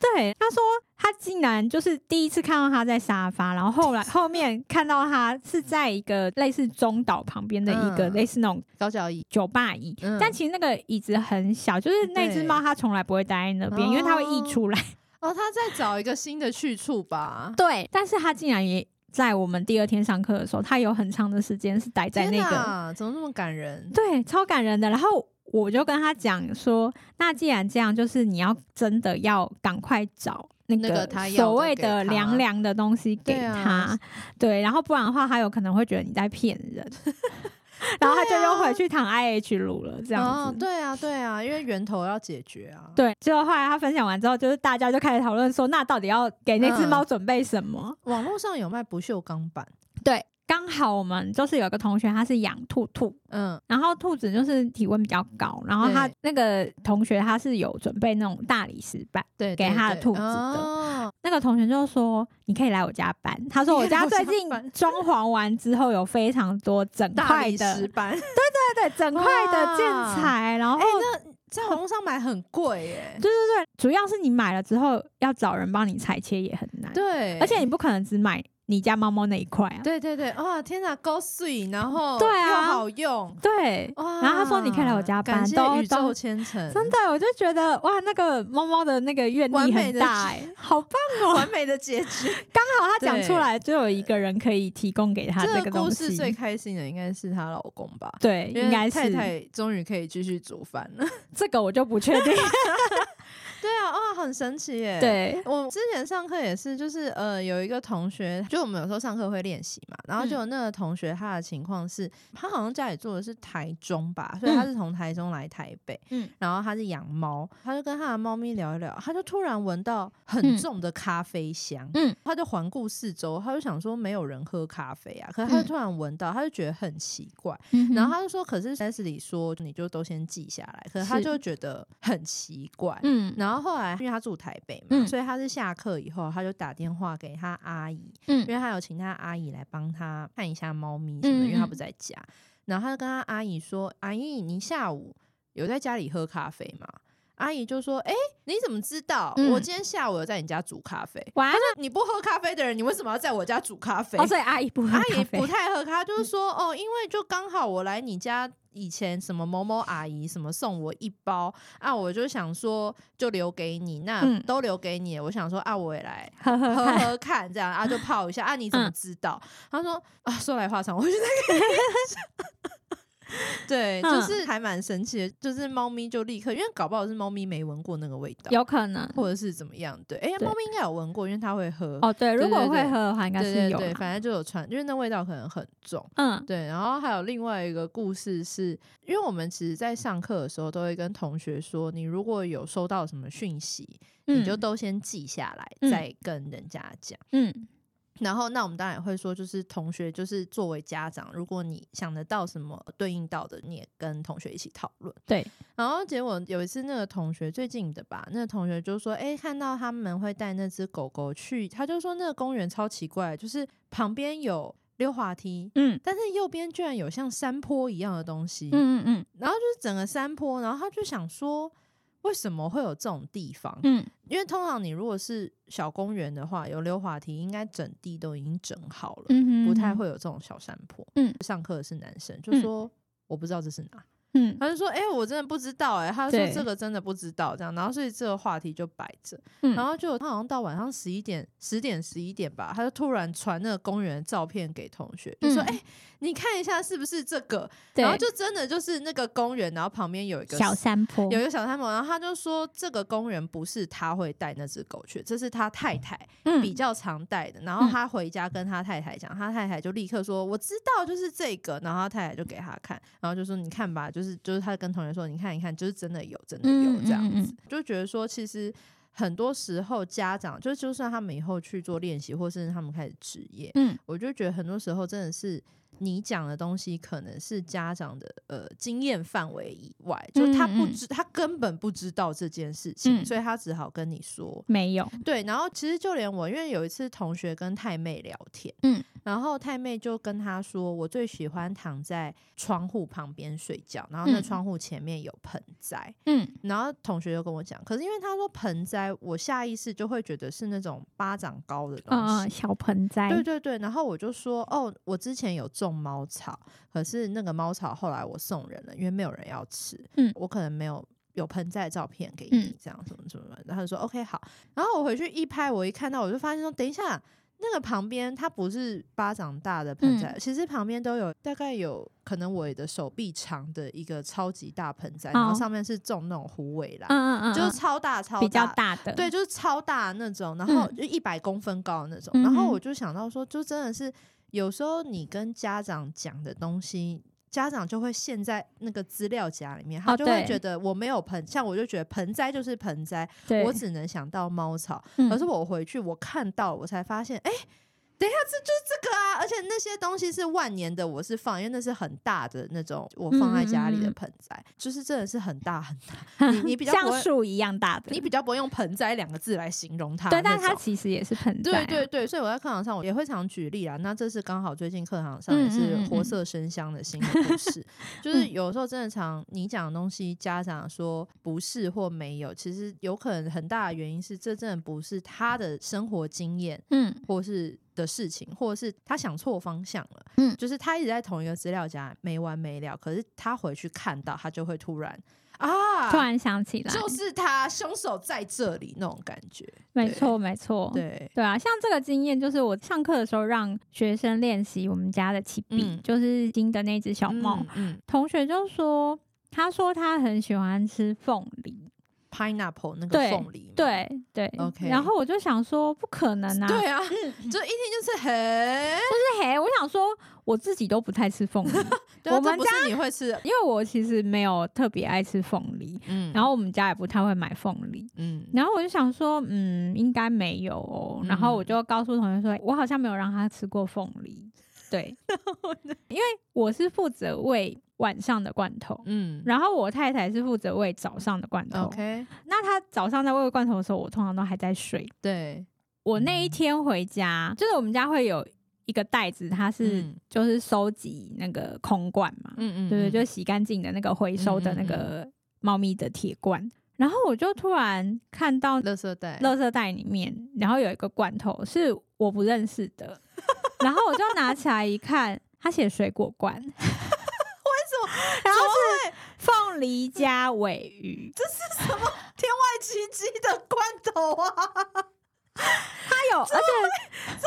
[SPEAKER 2] 对， 他说他竟然就是第一次看到他在沙发，然后后 来后面看到他是在一个类似中岛旁边的一个
[SPEAKER 1] 嗯
[SPEAKER 2] 类似那种
[SPEAKER 1] 高脚椅，
[SPEAKER 2] 酒吧椅，
[SPEAKER 1] 嗯
[SPEAKER 2] 但其实那个椅子很小，就是那只
[SPEAKER 1] 对
[SPEAKER 2] 猫它从来不会待在那边，因为它会溢出来。
[SPEAKER 1] 哦，他在找一个新的去处吧。
[SPEAKER 2] 对， 但是它竟然也在我们第二天上课的时候，它有很长的时间是待在
[SPEAKER 1] 天
[SPEAKER 2] 那个，
[SPEAKER 1] 哪，怎么那么感人？
[SPEAKER 2] 对，超感人的。然后我就跟他讲说，那既然这样，就是你要真的要赶快找。那
[SPEAKER 1] 那
[SPEAKER 2] 个
[SPEAKER 1] 个它要
[SPEAKER 2] 所谓
[SPEAKER 1] 的
[SPEAKER 2] 的
[SPEAKER 1] 给它
[SPEAKER 2] 凉凉的东西给
[SPEAKER 1] 对啊
[SPEAKER 2] 他，对，然后不然的话，他有可能会觉得你在骗人， 然后他就又回去躺 IH 炉了， 这样
[SPEAKER 1] 哦
[SPEAKER 2] 子，。
[SPEAKER 1] 对啊，对啊，因为源头要解决啊。
[SPEAKER 2] 对，结果后来他分享完之后，就是大家就开始讨论说，那到底要给那
[SPEAKER 1] 嗯
[SPEAKER 2] 只猫准备什么？
[SPEAKER 1] 网络上有卖不锈钢板，
[SPEAKER 2] 对，刚好我们就是有一个同学，他是养兔兔，
[SPEAKER 1] 嗯，
[SPEAKER 2] 然后兔子就是体温比较高，然后他
[SPEAKER 1] 对
[SPEAKER 2] 那个同学他是有准备那种大理石板，
[SPEAKER 1] 对，
[SPEAKER 2] 给
[SPEAKER 1] 对
[SPEAKER 2] 它的
[SPEAKER 1] 对
[SPEAKER 2] 兔子的
[SPEAKER 1] 哦
[SPEAKER 2] 那个同学就说你可以来我家搬，他说我家最近
[SPEAKER 1] 你可以来我家搬
[SPEAKER 2] 装潢完之后有非常多整
[SPEAKER 1] 大
[SPEAKER 2] 块
[SPEAKER 1] 理
[SPEAKER 2] 的，
[SPEAKER 1] 石
[SPEAKER 2] 对
[SPEAKER 1] 板，
[SPEAKER 2] 对，整块的建材，然后
[SPEAKER 1] 哎，那在网络上买很贵耶。
[SPEAKER 2] 对对对，主要是你买了之后要找人帮你裁切也很难，
[SPEAKER 1] 对，
[SPEAKER 2] 而且你不可能只买你家猫猫那一块啊，
[SPEAKER 1] 对对对，哇，天哪，高碎，然后
[SPEAKER 2] 对啊
[SPEAKER 1] 又好用。
[SPEAKER 2] 对，
[SPEAKER 1] 哇！
[SPEAKER 2] 然后他说你可以来我家
[SPEAKER 1] 感
[SPEAKER 2] 搬
[SPEAKER 1] 谢
[SPEAKER 2] 都
[SPEAKER 1] 宇
[SPEAKER 2] 都
[SPEAKER 1] 宙千层，
[SPEAKER 2] 真的，我就觉得哇，那个猫猫的那个愿
[SPEAKER 1] 完
[SPEAKER 2] 力
[SPEAKER 1] 美
[SPEAKER 2] 很
[SPEAKER 1] 的
[SPEAKER 2] 大哎、好棒哦！
[SPEAKER 1] 完美的结局。
[SPEAKER 2] 刚好他讲出
[SPEAKER 1] 对
[SPEAKER 2] 来，就有一个人可以提供给他
[SPEAKER 1] 这
[SPEAKER 2] 啊个
[SPEAKER 1] 个
[SPEAKER 2] 东
[SPEAKER 1] 故
[SPEAKER 2] 西
[SPEAKER 1] 事。最开心的应该是她老公吧？
[SPEAKER 2] 对，
[SPEAKER 1] 因为
[SPEAKER 2] 应该
[SPEAKER 1] 太
[SPEAKER 2] 是
[SPEAKER 1] 太终于可以继续煮饭了。
[SPEAKER 2] 这个我就不确定。
[SPEAKER 1] 对啊，哇、很神奇耶！。
[SPEAKER 2] 对，
[SPEAKER 1] 我之前上课也是，就是呃，有一个同学，就我们有时候上课会练习嘛，然后就有那个同学，他的情况是，他好像家里住的是台中吧，所以他
[SPEAKER 2] 嗯
[SPEAKER 1] 是从台中来台北，
[SPEAKER 2] 嗯
[SPEAKER 1] 嗯，然后他是养猫，他就跟他的猫咪聊一聊，他就突然闻到
[SPEAKER 2] 嗯
[SPEAKER 1] 很重的咖啡香，
[SPEAKER 2] 嗯
[SPEAKER 1] 嗯，他就环顾四周，他就想说没有人喝咖啡啊，可是他
[SPEAKER 2] 嗯
[SPEAKER 1] 就突然闻到，他就觉得很奇怪，然
[SPEAKER 2] 然
[SPEAKER 1] 后他就说，可是 Leslie 说你就都先记下来，可是他
[SPEAKER 2] 是
[SPEAKER 1] 就觉得很奇怪。
[SPEAKER 2] 嗯
[SPEAKER 1] 然后后来，因为他住台北嘛，
[SPEAKER 2] 嗯
[SPEAKER 1] 所以他是下课以后，他就打电话给他阿姨，因
[SPEAKER 2] 嗯
[SPEAKER 1] 为他有请他阿姨来帮他看一下猫咪什么的，因为他不
[SPEAKER 2] 嗯嗯
[SPEAKER 1] 在家。然后他就跟他阿姨说：“阿姨，你下午有在家里喝咖啡吗？”阿姨就说：“哎、你怎么知道？
[SPEAKER 2] 嗯
[SPEAKER 1] 我今天下午有在你家煮咖啡。
[SPEAKER 2] 哇，
[SPEAKER 1] 你不喝咖啡的人，你为什么要在我家煮咖啡？”
[SPEAKER 2] 哦，所以阿姨不喝
[SPEAKER 1] 阿
[SPEAKER 2] 咖
[SPEAKER 1] 姨
[SPEAKER 2] 啡嗯
[SPEAKER 1] 不太喝咖，就是说哦，因为就刚好我来你家以前什么某某阿姨什么送我一包啊，我就想说就留给你，那
[SPEAKER 2] 嗯
[SPEAKER 1] 都留给你，我想说啊，我也来。
[SPEAKER 2] 喝喝
[SPEAKER 1] 喝
[SPEAKER 2] 看。
[SPEAKER 1] 喝看，这样啊就泡一下啊，你怎么
[SPEAKER 2] 嗯
[SPEAKER 1] 知道？他说啊，说来话长，我就在给你讲 对，
[SPEAKER 2] 嗯
[SPEAKER 1] 就是还蛮神奇的，就是猫咪就立刻，因为搞不好是猫咪没闻过那个味道，
[SPEAKER 2] 有可能
[SPEAKER 1] 或者是怎么样，对，哎、
[SPEAKER 2] 对
[SPEAKER 1] 猫咪应该有闻过，因为它会喝，
[SPEAKER 2] 哦，对，如
[SPEAKER 1] 对
[SPEAKER 2] 果
[SPEAKER 1] 对
[SPEAKER 2] 会
[SPEAKER 1] 对
[SPEAKER 2] 喝的话，应该
[SPEAKER 1] 对
[SPEAKER 2] 是
[SPEAKER 1] 对
[SPEAKER 2] 有
[SPEAKER 1] 对，
[SPEAKER 2] 啦
[SPEAKER 1] 反正就有传，因为那味道可能很重。
[SPEAKER 2] 嗯
[SPEAKER 1] 对，然后还有另外一个故事是，因为我们其实，在上课的时候都会跟同学说，你如果有收到什么讯息，你就
[SPEAKER 2] 嗯
[SPEAKER 1] 都先记下来，
[SPEAKER 2] 嗯
[SPEAKER 1] 再跟人家讲。
[SPEAKER 2] 嗯
[SPEAKER 1] 然后，那我们当然也会说，就是同学，就是作为家长，如果你想得到什么对应到的，你也跟同学一起讨论。
[SPEAKER 2] 对，
[SPEAKER 1] 然后结果有一次，那个同学最近的吧，那个同学就说：“哎、看到他们会带那只狗狗去，他就说那个公园超奇怪，就是旁边有溜滑梯，
[SPEAKER 2] 嗯
[SPEAKER 1] 但是右边居然有像山坡一样的东西，
[SPEAKER 2] 嗯嗯
[SPEAKER 1] 然后就是整个山坡，然后他就想说，为什么会有这种地方？
[SPEAKER 2] 嗯
[SPEAKER 1] 因为通常你如果是小公园的话，有溜滑梯，应该整地都已经整好了，
[SPEAKER 2] 嗯，
[SPEAKER 1] 不太
[SPEAKER 2] 嗯。
[SPEAKER 1] 会有这种小山坡。
[SPEAKER 2] 嗯，
[SPEAKER 1] 上课的是男生，就
[SPEAKER 2] 嗯
[SPEAKER 1] 说、我不知道这是哪，
[SPEAKER 2] 嗯，
[SPEAKER 1] 他就说：“哎、我真的不知道、欸，哎，他就
[SPEAKER 2] 对
[SPEAKER 1] 说这个真的不知道，这样。”然后所以这个话题就摆着，
[SPEAKER 2] 嗯
[SPEAKER 1] 然后就他好像到晚上十一点、十点、十一点吧，他就突然传那个公园的照片给同学，就说：“
[SPEAKER 2] 嗯
[SPEAKER 1] 哎、你看一下是不是这个？”
[SPEAKER 2] 对
[SPEAKER 1] 然后就真的就是那个公园，然后旁边有一个
[SPEAKER 2] 小山坡，
[SPEAKER 1] 有一个小山坡，然后他就说这个公园不是他会带那只狗去，这是他太太
[SPEAKER 2] 嗯
[SPEAKER 1] 比较常带的。然后他回家跟他太太讲，他太太就立刻说我知道就是这个，然后他太太就给他看，然后就说你看吧，就是就是他跟同学说你看你看，就是真的有真的有
[SPEAKER 2] 嗯
[SPEAKER 1] 这样
[SPEAKER 2] 嗯
[SPEAKER 1] 子，
[SPEAKER 2] 嗯
[SPEAKER 1] 就觉得说其实。很多时候，家长就就算他们以后去做练习，或甚至他们开始职业，
[SPEAKER 2] 嗯，
[SPEAKER 1] 我就觉得很多时候真的是你讲的东西，可能是家长的呃经验范围以外，就他不
[SPEAKER 2] 嗯嗯
[SPEAKER 1] 知，他根本不知道这件事情，
[SPEAKER 2] 嗯
[SPEAKER 1] 所以他只好跟你说。
[SPEAKER 2] 没有，
[SPEAKER 1] 对，然后其实就连我，因为有一次同学跟太妹聊天，
[SPEAKER 2] 嗯，
[SPEAKER 1] 然后太妹就跟他说，我最喜欢躺在窗户旁边睡觉，然后那
[SPEAKER 2] 嗯
[SPEAKER 1] 窗户前面有盆栽，
[SPEAKER 2] 嗯
[SPEAKER 1] 然后同学就跟我讲，可是因为他说盆栽，我下意识就会觉得是那种巴掌高的东西，
[SPEAKER 2] 嗯嗯，小盆栽，
[SPEAKER 1] 对对对，然后我就说，哦，我之前有种猫草，可是那个猫草后来我送人了，因为没有人要吃，
[SPEAKER 2] 嗯
[SPEAKER 1] 我可能没有有盆栽的照片给你
[SPEAKER 2] 嗯，
[SPEAKER 1] 这样什么什么的，然后他就说 OK 好，然后我回去一拍，我一看到我就发现说，等一下。那个旁边它不是巴掌大的盆栽，
[SPEAKER 2] 嗯
[SPEAKER 1] 其实旁边都有大概有可能我的手臂长的一个超级大盆栽，然后
[SPEAKER 2] 哦
[SPEAKER 1] 上面是种那种虎尾兰，
[SPEAKER 2] 嗯，嗯嗯嗯，
[SPEAKER 1] 就是超大超
[SPEAKER 2] 比较大的，
[SPEAKER 1] 对，就是超大的那种，然后
[SPEAKER 2] 嗯
[SPEAKER 1] 就一百公分高的那种。
[SPEAKER 2] 嗯哼
[SPEAKER 1] 然后我就想到说，就真的是有时候你跟家长讲的东西。家长就会陷在那个资料夹里面，他
[SPEAKER 2] 哦
[SPEAKER 1] 就会
[SPEAKER 2] 对
[SPEAKER 1] 觉得我没有盆，像我就觉得盆栽就是盆栽，
[SPEAKER 2] 对，
[SPEAKER 1] 我只能想到猫草。
[SPEAKER 2] 嗯
[SPEAKER 1] 可是我回去我看到，我才发现，哎、等一下，这就是这个啊！而且那些东西是万年的，我是放，因为那是很大的那种，我放在家里
[SPEAKER 2] 嗯嗯
[SPEAKER 1] 的
[SPEAKER 2] 嗯嗯
[SPEAKER 1] 盆栽，就是真的是很大很大。 你你比较不会
[SPEAKER 2] 像树一样大的，
[SPEAKER 1] 你比较不会用盆栽两个字来形容它
[SPEAKER 2] 对，
[SPEAKER 1] 那种。
[SPEAKER 2] 但它其实也是盆栽
[SPEAKER 1] 对
[SPEAKER 2] 啊，
[SPEAKER 1] 对对，所以我在课堂上我也会常举例啊。那这是刚好最近课堂上
[SPEAKER 2] 嗯
[SPEAKER 1] 也是
[SPEAKER 2] 嗯嗯
[SPEAKER 1] 活
[SPEAKER 2] 嗯
[SPEAKER 1] 色生香的新的故事，就是有时候真的常你讲的东西，家长说不是或没有，其实有可能很大的原因是这真的不是他的生活经验
[SPEAKER 2] 嗯
[SPEAKER 1] 或是的事情，或者是他想错方向了。
[SPEAKER 2] 嗯
[SPEAKER 1] 就是他一直在同一个资料夹没完没了，可是他回去看到，他就会突然啊，
[SPEAKER 2] 突然想起来，
[SPEAKER 1] 就是他，凶手在这里那种感觉。
[SPEAKER 2] 没错没错，
[SPEAKER 1] 对，
[SPEAKER 2] 对啊，像这个经验，就是我上课的时候让学生练习我们家的起笔，
[SPEAKER 1] 嗯
[SPEAKER 2] 就是新的那只小猫。
[SPEAKER 1] 嗯，嗯
[SPEAKER 2] 同学就说，他说他很喜欢吃凤梨，
[SPEAKER 1] ，pineapple 那个
[SPEAKER 2] 对
[SPEAKER 1] 凤梨，，
[SPEAKER 2] 对对
[SPEAKER 1] OK
[SPEAKER 2] 然后我就想说，不可能啊！
[SPEAKER 1] 对啊，就一听就是很，
[SPEAKER 2] 就是嘿，我想说我自己都不太吃 凤梨，
[SPEAKER 1] 对啊
[SPEAKER 2] 我们
[SPEAKER 1] 这不是你会吃的，
[SPEAKER 2] 因为我其实没有特别爱吃凤梨，
[SPEAKER 1] 嗯
[SPEAKER 2] 然后我们家也不太会买凤梨。
[SPEAKER 1] 嗯，
[SPEAKER 2] 然后我就想说，嗯，应该没有哦。然后我
[SPEAKER 1] 嗯
[SPEAKER 2] 就告诉同学说，我好像没有让他吃过凤梨。 对，因为我是负责喂晚上的罐头，
[SPEAKER 1] 嗯
[SPEAKER 2] 然后我太太是负责喂早上的罐头。
[SPEAKER 1] ，OK，
[SPEAKER 2] 那她早上在喂罐头的时候，我通常都还在睡。
[SPEAKER 1] 对，
[SPEAKER 2] 我
[SPEAKER 1] 嗯
[SPEAKER 2] 那一天回家，就是我们家会有一个袋子，它是、
[SPEAKER 1] 嗯
[SPEAKER 2] 就是收集那个空罐嘛，
[SPEAKER 1] 嗯嗯
[SPEAKER 2] 对对，
[SPEAKER 1] 嗯
[SPEAKER 2] 就洗干净的那个回收的那
[SPEAKER 1] 嗯嗯嗯
[SPEAKER 2] 个猫咪的铁罐。然后我就突然看到
[SPEAKER 1] 垃圾袋，
[SPEAKER 2] 垃圾袋里面，然后有一个罐头是我不认识 的，然后我就拿起来一看，它写水果罐，为 什么？然后是凤梨加尾鱼，
[SPEAKER 1] 天外奇迹的罐头啊，
[SPEAKER 2] 它有，而且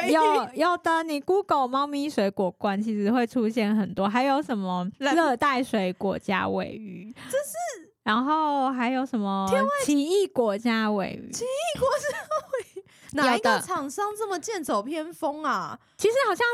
[SPEAKER 1] 尾鱼，
[SPEAKER 2] 有有的，你 Google 猫咪水果罐其实会出现很多，还有什么
[SPEAKER 1] 蓝
[SPEAKER 2] 热带水果加尾鱼，这是。然后还有什么奇异果加尾鱼？
[SPEAKER 1] 哪一
[SPEAKER 2] 有
[SPEAKER 1] 个
[SPEAKER 2] 的
[SPEAKER 1] 厂商这么剑走偏锋啊？
[SPEAKER 2] 其实好像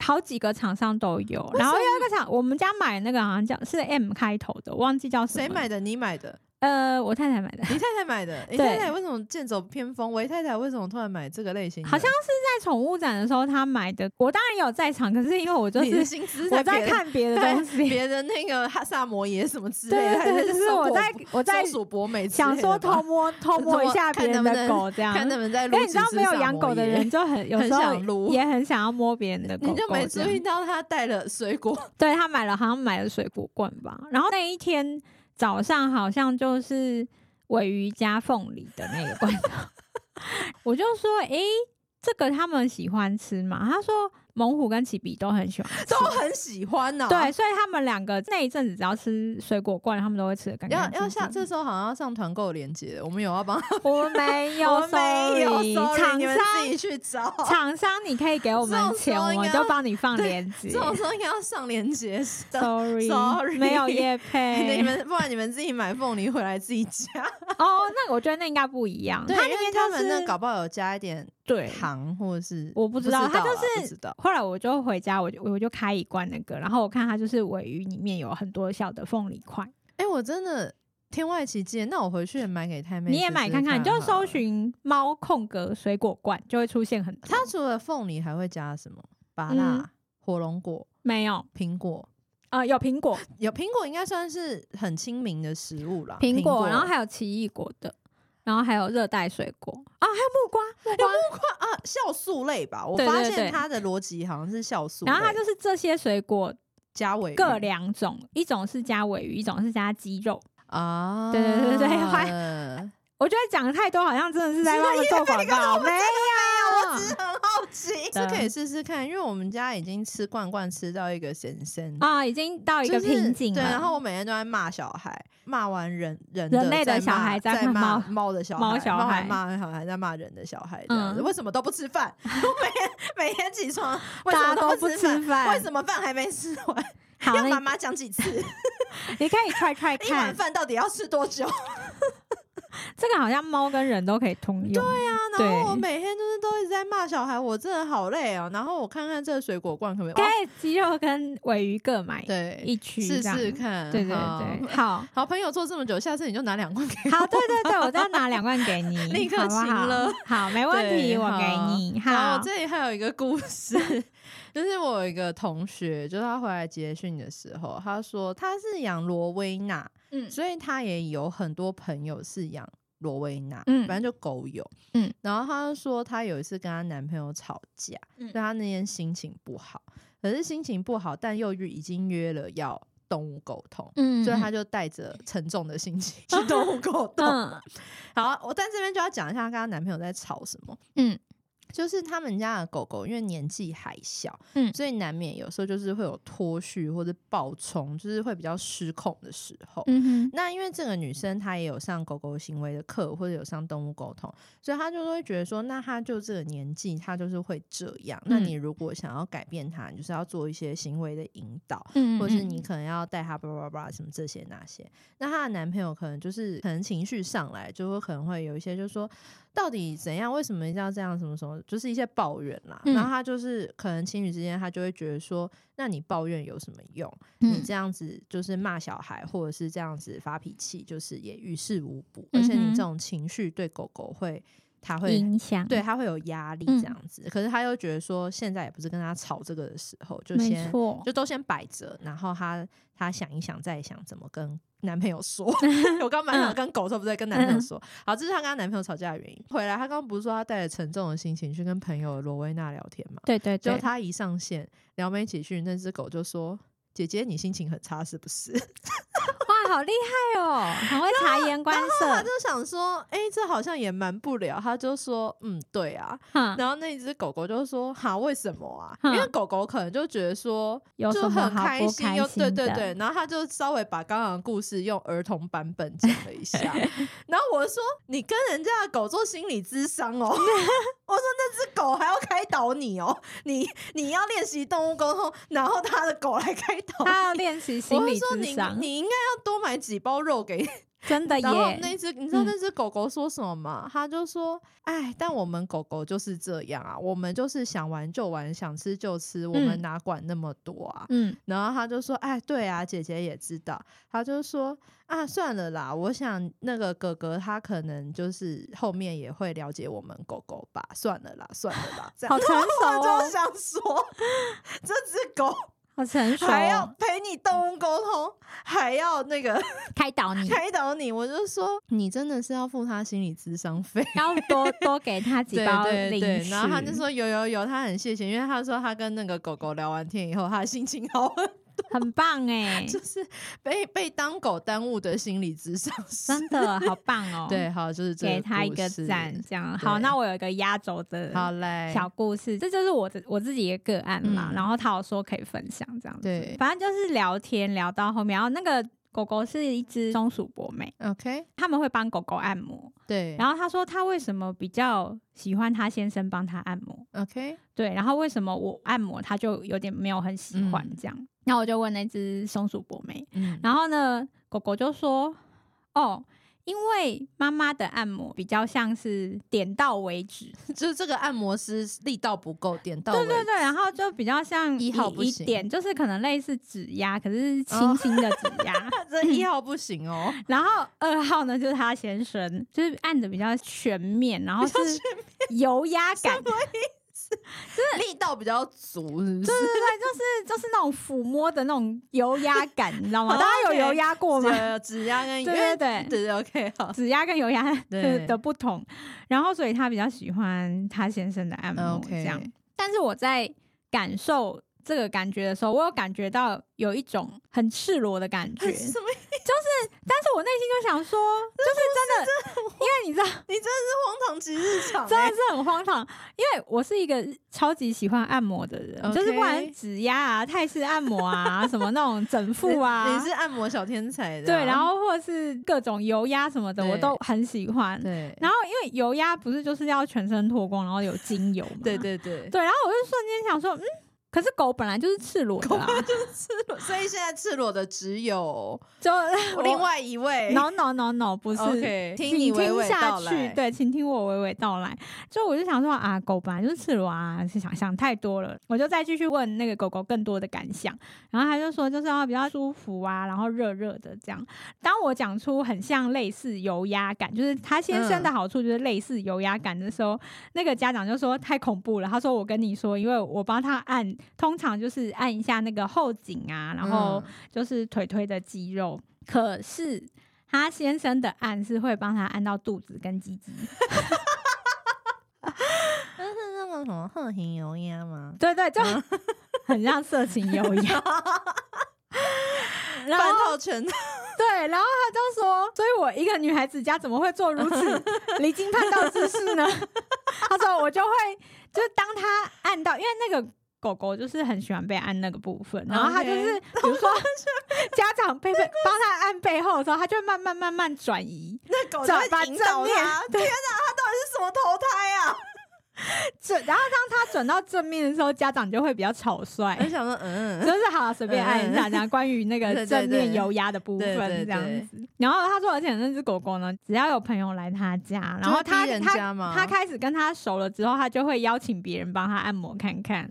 [SPEAKER 2] 好几个厂商都有，
[SPEAKER 1] 为
[SPEAKER 2] 然后
[SPEAKER 1] 什
[SPEAKER 2] 有一个厂，我们家买那个好像叫是 M 开头的，忘记叫什么。
[SPEAKER 1] 谁买？的？你买的？
[SPEAKER 2] 呃，我太太买的，
[SPEAKER 1] 你太太买的？你
[SPEAKER 2] 对
[SPEAKER 1] 太太为什么剑走偏锋？韦太太为什么突然买这个类型的？
[SPEAKER 2] 好像是在宠物展的时候她买的。我当然有在场，可是因为我就
[SPEAKER 1] 你的
[SPEAKER 2] 是
[SPEAKER 1] 薪资
[SPEAKER 2] 我
[SPEAKER 1] 才
[SPEAKER 2] 在
[SPEAKER 1] 别的
[SPEAKER 2] 看别的东西，
[SPEAKER 1] 别的那个哈萨摩耶什么之类
[SPEAKER 2] 对
[SPEAKER 1] 的，
[SPEAKER 2] 对对，就是我在我
[SPEAKER 1] 我
[SPEAKER 2] 在
[SPEAKER 1] 索博美之
[SPEAKER 2] 想
[SPEAKER 1] 类
[SPEAKER 2] 说
[SPEAKER 1] 的吧
[SPEAKER 2] 偷 摸偷摸一下别人的狗这样。
[SPEAKER 1] 看他 们在
[SPEAKER 2] 因
[SPEAKER 1] 撸
[SPEAKER 2] 为你知道
[SPEAKER 1] 几只
[SPEAKER 2] 没有
[SPEAKER 1] 萨
[SPEAKER 2] 养
[SPEAKER 1] 摩
[SPEAKER 2] 狗的
[SPEAKER 1] 耶
[SPEAKER 2] 人，就很有
[SPEAKER 1] 很
[SPEAKER 2] 时候
[SPEAKER 1] 想撸
[SPEAKER 2] 也很想要摸别人的狗狗
[SPEAKER 1] 你
[SPEAKER 2] 这
[SPEAKER 1] 就
[SPEAKER 2] 样，
[SPEAKER 1] 没注意到他带了 水果，
[SPEAKER 2] 对他买了，好像买了水果罐吧。然后那一天早上好像就是尾鱼加凤梨的那个 罐头，我就说：“诶，这个他们喜欢吃嘛？”他说：“猛虎跟奇比都很喜欢吃
[SPEAKER 1] 都很喜欢哦呢、
[SPEAKER 2] 对，，所以他们两个那一阵子只要吃水果罐，他们都会吃的干
[SPEAKER 1] 要
[SPEAKER 2] 干净
[SPEAKER 1] 要
[SPEAKER 2] 净
[SPEAKER 1] 下这时候好像要上团购链接，我们有要帮
[SPEAKER 2] 我 没
[SPEAKER 1] 我
[SPEAKER 2] 有
[SPEAKER 1] 们没有
[SPEAKER 2] sorry，
[SPEAKER 1] sorry，
[SPEAKER 2] 厂
[SPEAKER 1] 你们
[SPEAKER 2] 商
[SPEAKER 1] 自己去找。
[SPEAKER 2] 厂商你可以给我们
[SPEAKER 1] 这种时
[SPEAKER 2] 钱，
[SPEAKER 1] 候
[SPEAKER 2] 我
[SPEAKER 1] 应该
[SPEAKER 2] 们就帮你放链接
[SPEAKER 1] 这。种时候应该要上链接的，
[SPEAKER 2] Sorry，,
[SPEAKER 1] sorry
[SPEAKER 2] 没有叶
[SPEAKER 1] 你
[SPEAKER 2] 配。
[SPEAKER 1] 们不然你们自己买凤梨回来自己加。
[SPEAKER 2] 哦，那我觉得那应该不一样。
[SPEAKER 1] 对，
[SPEAKER 2] 它里
[SPEAKER 1] 因为
[SPEAKER 2] 面
[SPEAKER 1] 他
[SPEAKER 2] 就
[SPEAKER 1] 们
[SPEAKER 2] 是
[SPEAKER 1] 那搞不好有加一点
[SPEAKER 2] 对。
[SPEAKER 1] 糖或者是
[SPEAKER 2] 我不知道
[SPEAKER 1] 啦
[SPEAKER 2] 它就
[SPEAKER 1] 不
[SPEAKER 2] 是
[SPEAKER 1] 知道。
[SPEAKER 2] 后来我就回家，我就我就开一罐那个，然后我看它就是尾鱼里面有很多小的凤梨块，
[SPEAKER 1] 哎、我真的天外奇迹，那我回去也买给太妹，
[SPEAKER 2] 你也买看看，你就搜。寻“猫空格水果罐”就会出现很多。
[SPEAKER 1] 它除了凤梨还会加什么？芭乐、
[SPEAKER 2] 嗯
[SPEAKER 1] 火龙果、
[SPEAKER 2] 没有，
[SPEAKER 1] 苹果。
[SPEAKER 2] 呃，有苹果，
[SPEAKER 1] 有苹果应该算是很亲民的食物啦，
[SPEAKER 2] 苹
[SPEAKER 1] 果，
[SPEAKER 2] 果，然后还有奇异果的，然后还有热带水果啊，还有木瓜，
[SPEAKER 1] 有木瓜啊，酵素类吧。我
[SPEAKER 2] 对
[SPEAKER 1] 发
[SPEAKER 2] 对
[SPEAKER 1] 现
[SPEAKER 2] 对
[SPEAKER 1] 它的逻辑好像是酵素类，
[SPEAKER 2] 然后它就是这些水果
[SPEAKER 1] 加尾
[SPEAKER 2] 各
[SPEAKER 1] 鱼
[SPEAKER 2] 两种，一种是加尾鱼，一种是加鸡肉。
[SPEAKER 1] 啊，
[SPEAKER 2] 对对对对我觉得讲太多，好像真的是在帮他们做广告，没有，
[SPEAKER 1] 只是很好奇，这
[SPEAKER 2] 对
[SPEAKER 1] 可以试试看，因为我们家已经吃罐罐吃到一个神仙，
[SPEAKER 2] 啊，已经到一个
[SPEAKER 1] 就是
[SPEAKER 2] 瓶颈了。
[SPEAKER 1] 对，然后我每天都在骂小孩，骂完人人
[SPEAKER 2] 人类的
[SPEAKER 1] 再
[SPEAKER 2] 小
[SPEAKER 1] 骂
[SPEAKER 2] 孩
[SPEAKER 1] 再
[SPEAKER 2] 再骂
[SPEAKER 1] 骂
[SPEAKER 2] 猫
[SPEAKER 1] 猫的小孩，
[SPEAKER 2] 猫小
[SPEAKER 1] 骂完
[SPEAKER 2] 孩
[SPEAKER 1] 骂完小孩，再骂人的小孩，这样子、
[SPEAKER 2] 嗯
[SPEAKER 1] 为什么都不吃饭？ 我每天每天起床，为什
[SPEAKER 2] 大家
[SPEAKER 1] 么
[SPEAKER 2] 都
[SPEAKER 1] 不
[SPEAKER 2] 不
[SPEAKER 1] 吃
[SPEAKER 2] 吃饭，
[SPEAKER 1] 为什么饭还没吃完？
[SPEAKER 2] 好，
[SPEAKER 1] 要
[SPEAKER 2] 那
[SPEAKER 1] 妈
[SPEAKER 2] 你
[SPEAKER 1] 妈讲几次？
[SPEAKER 2] 你可以 try try
[SPEAKER 1] 一碗
[SPEAKER 2] 看，
[SPEAKER 1] 饭到底要吃多 久？
[SPEAKER 2] 这个好像猫跟人都可以通用。对呀，
[SPEAKER 1] 然后我每天就是都一直在骂小孩，我真的好累哦。然后我看看这个水果罐可不可以？
[SPEAKER 2] 可
[SPEAKER 1] 哇
[SPEAKER 2] 以鸡肉跟尾鱼各买
[SPEAKER 1] 对，
[SPEAKER 2] 一区，
[SPEAKER 1] 试
[SPEAKER 2] 这样
[SPEAKER 1] 试。看。
[SPEAKER 2] 对对
[SPEAKER 1] 好
[SPEAKER 2] 对，。好。
[SPEAKER 1] 好朋友做这么久，下次你就拿两罐给我。
[SPEAKER 2] 好，对对对，我再拿两罐给你，
[SPEAKER 1] 立刻
[SPEAKER 2] 好不好
[SPEAKER 1] 行了。
[SPEAKER 2] 好，没问
[SPEAKER 1] 对
[SPEAKER 2] 题，我
[SPEAKER 1] 好
[SPEAKER 2] 给你。
[SPEAKER 1] 然后
[SPEAKER 2] 好
[SPEAKER 1] 我，这里还有一个故事，就是我有一个同学，就是他回来接训的时候，他说他是养罗威纳，
[SPEAKER 2] 嗯
[SPEAKER 1] 所以他也有很多朋友是养罗威纳，
[SPEAKER 2] 嗯
[SPEAKER 1] 反正就狗友，
[SPEAKER 2] 嗯，
[SPEAKER 1] 然后他就说他有一次跟她男朋友吵架，
[SPEAKER 2] 嗯
[SPEAKER 1] 所以她那天心情不好，可是心情不好，但又约已经约了要动物沟通。
[SPEAKER 2] 嗯
[SPEAKER 1] 所以
[SPEAKER 2] 嗯
[SPEAKER 1] 他就带着沉重的 心情去动物沟通。
[SPEAKER 2] 嗯
[SPEAKER 1] 好，我在这边就要讲一下她跟她男朋友在吵什么。
[SPEAKER 2] 嗯，
[SPEAKER 1] 就是他们家的狗狗，因为年纪还小，
[SPEAKER 2] 嗯
[SPEAKER 1] 所以难免有时候就是会有脱序或者暴冲，就是会比较失控的时候。
[SPEAKER 2] 嗯哼，
[SPEAKER 1] 那因为这个女生她也有上狗狗行为的课，或者有上动物沟通，所以她就会觉得说，那她就这个年纪，她就是会这样。那
[SPEAKER 2] 嗯
[SPEAKER 1] 你如果想要改变她，你就是要做一些行为的引导。
[SPEAKER 2] 嗯
[SPEAKER 1] 或是你可能要带她叭叭叭什么这些那些，那她的男朋友可能就是可能情绪上来，就会可能会有一些就说到底怎样，为什么一定要这样，什么什么，就是一些抱怨啦。
[SPEAKER 2] 嗯
[SPEAKER 1] 然后她就是可能情侣之间，她就会觉得说，那你抱怨有什么用？
[SPEAKER 2] 嗯
[SPEAKER 1] 你这样子就是骂小孩，或者是这样子发脾气，就是也于事无补。而且你
[SPEAKER 2] 嗯哼
[SPEAKER 1] 这种情绪对狗狗会，它
[SPEAKER 2] 嗯
[SPEAKER 1] 会
[SPEAKER 2] 影响
[SPEAKER 1] 对，它会有压力
[SPEAKER 2] 嗯
[SPEAKER 1] 这样子。可是他又觉得说，现在也不是跟他吵这个的时候，就
[SPEAKER 2] 没
[SPEAKER 1] 先
[SPEAKER 2] 错，
[SPEAKER 1] 就都先摆着，然后他他想一想，再想怎么跟男朋友 说。我刚蛮
[SPEAKER 2] 嗯
[SPEAKER 1] 想跟狗说，不对，跟男朋友说。好，这是她跟她男朋友吵架的原因。回来，她刚刚不是说她带着沉重的心情去跟朋友罗威娜聊天吗？
[SPEAKER 2] 对对
[SPEAKER 1] 就
[SPEAKER 2] 对，
[SPEAKER 1] 他一上线，撩妹起去，那只狗就说：“姐姐，你心情很差是不是
[SPEAKER 2] 哇，好厉害哦，很会察言观？”
[SPEAKER 1] 他
[SPEAKER 2] 色
[SPEAKER 1] 就。想说：“哎、这好像也瞒不了。”他就说：“嗯，对啊。”
[SPEAKER 2] 哼
[SPEAKER 1] 然后那只狗狗就说：“哈，为什么啊？”因
[SPEAKER 2] 哼
[SPEAKER 1] 为狗狗可能就觉得说
[SPEAKER 2] 有
[SPEAKER 1] 就
[SPEAKER 2] 什么
[SPEAKER 1] 很
[SPEAKER 2] 好
[SPEAKER 1] 开
[SPEAKER 2] 不
[SPEAKER 1] 心，
[SPEAKER 2] 开
[SPEAKER 1] 又对
[SPEAKER 2] 心
[SPEAKER 1] 对
[SPEAKER 2] 的
[SPEAKER 1] 对，然后他就稍微把刚刚的故事用儿童版本讲了 一下。然后我说：“你跟人家的狗做心理咨商哦。” 我说：“那只狗还要开导你哦，你你要练习动物沟通，然后他的狗来开导你。”
[SPEAKER 2] 他要练习
[SPEAKER 1] 我
[SPEAKER 2] 心
[SPEAKER 1] 会
[SPEAKER 2] 理
[SPEAKER 1] 说
[SPEAKER 2] 智
[SPEAKER 1] 你
[SPEAKER 2] 商，
[SPEAKER 1] 你应该要多买几包肉给
[SPEAKER 2] 真的
[SPEAKER 1] 然后
[SPEAKER 2] 耶！
[SPEAKER 1] 那只，你知道
[SPEAKER 2] 嗯
[SPEAKER 1] 那只狗狗说什么吗？它就说：“哎，但我们狗狗就是这样啊，我们就是想玩就玩，想吃就吃，我们
[SPEAKER 2] 嗯
[SPEAKER 1] 哪管那么多啊。
[SPEAKER 2] 嗯，
[SPEAKER 1] 然后他就说：“哎，对啊，姐姐也知道。”他就说：“啊，算了啦，我想那个哥哥他可能就是后面也会了解我们狗狗吧，算了啦，算了啦。”这样，
[SPEAKER 2] 好成熟
[SPEAKER 1] 我就
[SPEAKER 2] 哦，
[SPEAKER 1] 想说， 这只狗
[SPEAKER 2] 好成熟哦，
[SPEAKER 1] 还要陪你动物沟通，还要 那个。
[SPEAKER 2] 开导你，
[SPEAKER 1] 开导你，我就说你真的是要付他心理咨商费。
[SPEAKER 2] 要多 多给他几
[SPEAKER 1] 对
[SPEAKER 2] 包
[SPEAKER 1] 对
[SPEAKER 2] 零
[SPEAKER 1] 对，
[SPEAKER 2] 食。
[SPEAKER 1] 然后他就说有有有，他很谢谢，因为他说他跟那个狗狗聊完天以后，他心情好很
[SPEAKER 2] 很棒 哎、
[SPEAKER 1] 就是被被当狗耽误的心理智商师。
[SPEAKER 2] 真的好棒哦！
[SPEAKER 1] 对，，好，就是这
[SPEAKER 2] 给
[SPEAKER 1] 个
[SPEAKER 2] 他一
[SPEAKER 1] 故
[SPEAKER 2] 个
[SPEAKER 1] 事
[SPEAKER 2] 赞，。这样好。
[SPEAKER 1] 对
[SPEAKER 2] 那我有一个压轴的
[SPEAKER 1] 好嘞，
[SPEAKER 2] 小故事，这就是我的我自己的个案啦。
[SPEAKER 1] 嗯
[SPEAKER 2] 然后他有说可以分享这样子，
[SPEAKER 1] 对
[SPEAKER 2] 反正就是聊天聊到后面，然后那个狗狗是一只松鼠博美，
[SPEAKER 1] OK，
[SPEAKER 2] 他们会帮狗狗按摩。
[SPEAKER 1] 对，
[SPEAKER 2] 然后他说他为什么比较喜欢他先生帮他按摩，
[SPEAKER 1] 后 OK，
[SPEAKER 2] 对，然后为什么我按摩他就有点没有很喜欢
[SPEAKER 1] 嗯
[SPEAKER 2] 这样。那、我就问那只松鼠博美，
[SPEAKER 1] 嗯，
[SPEAKER 2] 然后呢，狗狗就说：“哦，因为妈妈的按摩比较像是点到为止，
[SPEAKER 1] 就是这个按摩师力道不够，点到
[SPEAKER 2] 对对
[SPEAKER 1] 为止
[SPEAKER 2] 对，然后就比较像
[SPEAKER 1] 一号不
[SPEAKER 2] 一
[SPEAKER 1] 行哦
[SPEAKER 2] 点，就是可能类似指压，可是是轻轻的指压。
[SPEAKER 1] 这一号不行哦，
[SPEAKER 2] 然后二号呢，就是他先生，就是按的比较全面，然后是油压感，对
[SPEAKER 1] 力道比较足，是不是？
[SPEAKER 2] 对对，就是就是那种抚摸的那种油压感，你知道吗？
[SPEAKER 1] 哦
[SPEAKER 2] 大家有
[SPEAKER 1] OK
[SPEAKER 2] 油压过吗？
[SPEAKER 1] 对指压跟
[SPEAKER 2] 对
[SPEAKER 1] 因
[SPEAKER 2] 对
[SPEAKER 1] 为
[SPEAKER 2] 对。”
[SPEAKER 1] 对对 OK 好
[SPEAKER 2] 指压跟油压
[SPEAKER 1] 对
[SPEAKER 2] 的的不同，然后所以他比较喜欢他先生的按摩这样。
[SPEAKER 1] 哦 OK，
[SPEAKER 2] 但是我在感受这个感觉的时候，我有感觉到有一种很赤裸的感觉，但是
[SPEAKER 1] 什么意思？
[SPEAKER 2] 我内心就想 说，就是真的，因为你知道，
[SPEAKER 1] 你真的是荒唐即日常欸，
[SPEAKER 2] 真的是很荒唐，因为我是一个超级喜欢按摩的人
[SPEAKER 1] OK
[SPEAKER 2] 就是不管指压啊、泰式按摩啊、什么那种整
[SPEAKER 1] 你
[SPEAKER 2] 腹啊。
[SPEAKER 1] 你是按摩小天才的啊，
[SPEAKER 2] 对，然后或者是各种油压什么的，
[SPEAKER 1] 对
[SPEAKER 2] 我都很喜欢。
[SPEAKER 1] 对，
[SPEAKER 2] 然后因为油压不是就是要全身脱光，然后有精油嘛
[SPEAKER 1] ？对对 对，
[SPEAKER 2] 对。然后我就瞬间想说，嗯，可是狗本来就是赤裸的、啊，
[SPEAKER 1] 赤裸，所以现在赤裸的只有
[SPEAKER 2] 就
[SPEAKER 1] 另外一位。
[SPEAKER 2] no no no no 不是
[SPEAKER 1] OK，听
[SPEAKER 2] 请
[SPEAKER 1] 你
[SPEAKER 2] 听
[SPEAKER 1] 娓娓
[SPEAKER 2] 下
[SPEAKER 1] 道来
[SPEAKER 2] 去，对，请听我娓娓道来。就我就想说啊，狗本来就是赤裸啊，是想想太多了。我就再继续问那个狗狗更多的感想，然后他就说就是要比较舒服啊，然后热热的这样。当我讲出很像类似油压感，就是他先生
[SPEAKER 1] 嗯
[SPEAKER 2] 的好处就是类似油压感的时候，那个家长就说太恐怖了。他说我跟你说，因为我帮他按，通常就是按一下那个后颈啊，然后。就是腿腿的肌肉。可是他先生的按是会帮他按到肚子跟鸡鸡，
[SPEAKER 1] 就是 那个什么鹤形油压吗？
[SPEAKER 2] 对对，就嗯很像色情有一样。然
[SPEAKER 1] 半
[SPEAKER 2] 后
[SPEAKER 1] 套全套，
[SPEAKER 2] 对，然后他就说，所以我一个女孩子家怎么会做如 此离经叛道之事呢？ 他说我就会，就是当他按到，因为那个。狗狗就是很喜欢被按那个部分，然后他就是
[SPEAKER 1] OK
[SPEAKER 2] 比如说 家长背背帮他按背后的时候，他就会慢慢慢慢转移，
[SPEAKER 1] 那狗
[SPEAKER 2] 正
[SPEAKER 1] 就会
[SPEAKER 2] 把
[SPEAKER 1] 引
[SPEAKER 2] 正
[SPEAKER 1] 导
[SPEAKER 2] 面
[SPEAKER 1] 它天哪，它到底是什么投胎啊？
[SPEAKER 2] 转，然后当他转到正面的时候，家长就会比较草 率
[SPEAKER 1] 我，就想说，嗯，
[SPEAKER 2] 就是好随便按一下，然后关于那
[SPEAKER 1] 对对
[SPEAKER 2] 个
[SPEAKER 1] 对
[SPEAKER 2] 正面油压的部分
[SPEAKER 1] 对对对
[SPEAKER 2] 这样子。然后他说，而且那只狗狗呢，只要有朋友来他家，然后他
[SPEAKER 1] 就会逼人家
[SPEAKER 2] 他
[SPEAKER 1] 吗
[SPEAKER 2] 他开始跟他熟了之后，他就会邀请别人帮他按摩看 看。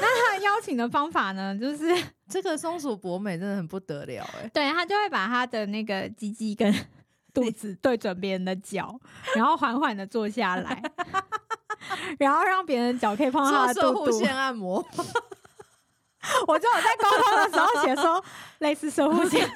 [SPEAKER 2] 那他邀请的方法呢，就是。
[SPEAKER 1] 这个松鼠博美真的很不得了哎
[SPEAKER 2] 对他就会把他的那个鸡鸡跟肚子对准别人的 脚，然后缓缓的坐下来。然后让别人的脚可以碰到他
[SPEAKER 1] 做
[SPEAKER 2] 的
[SPEAKER 1] 射
[SPEAKER 2] 肚
[SPEAKER 1] 护
[SPEAKER 2] 肚，
[SPEAKER 1] 线按摩，
[SPEAKER 2] 我就有在沟通的时候写说类似守护 线。哎、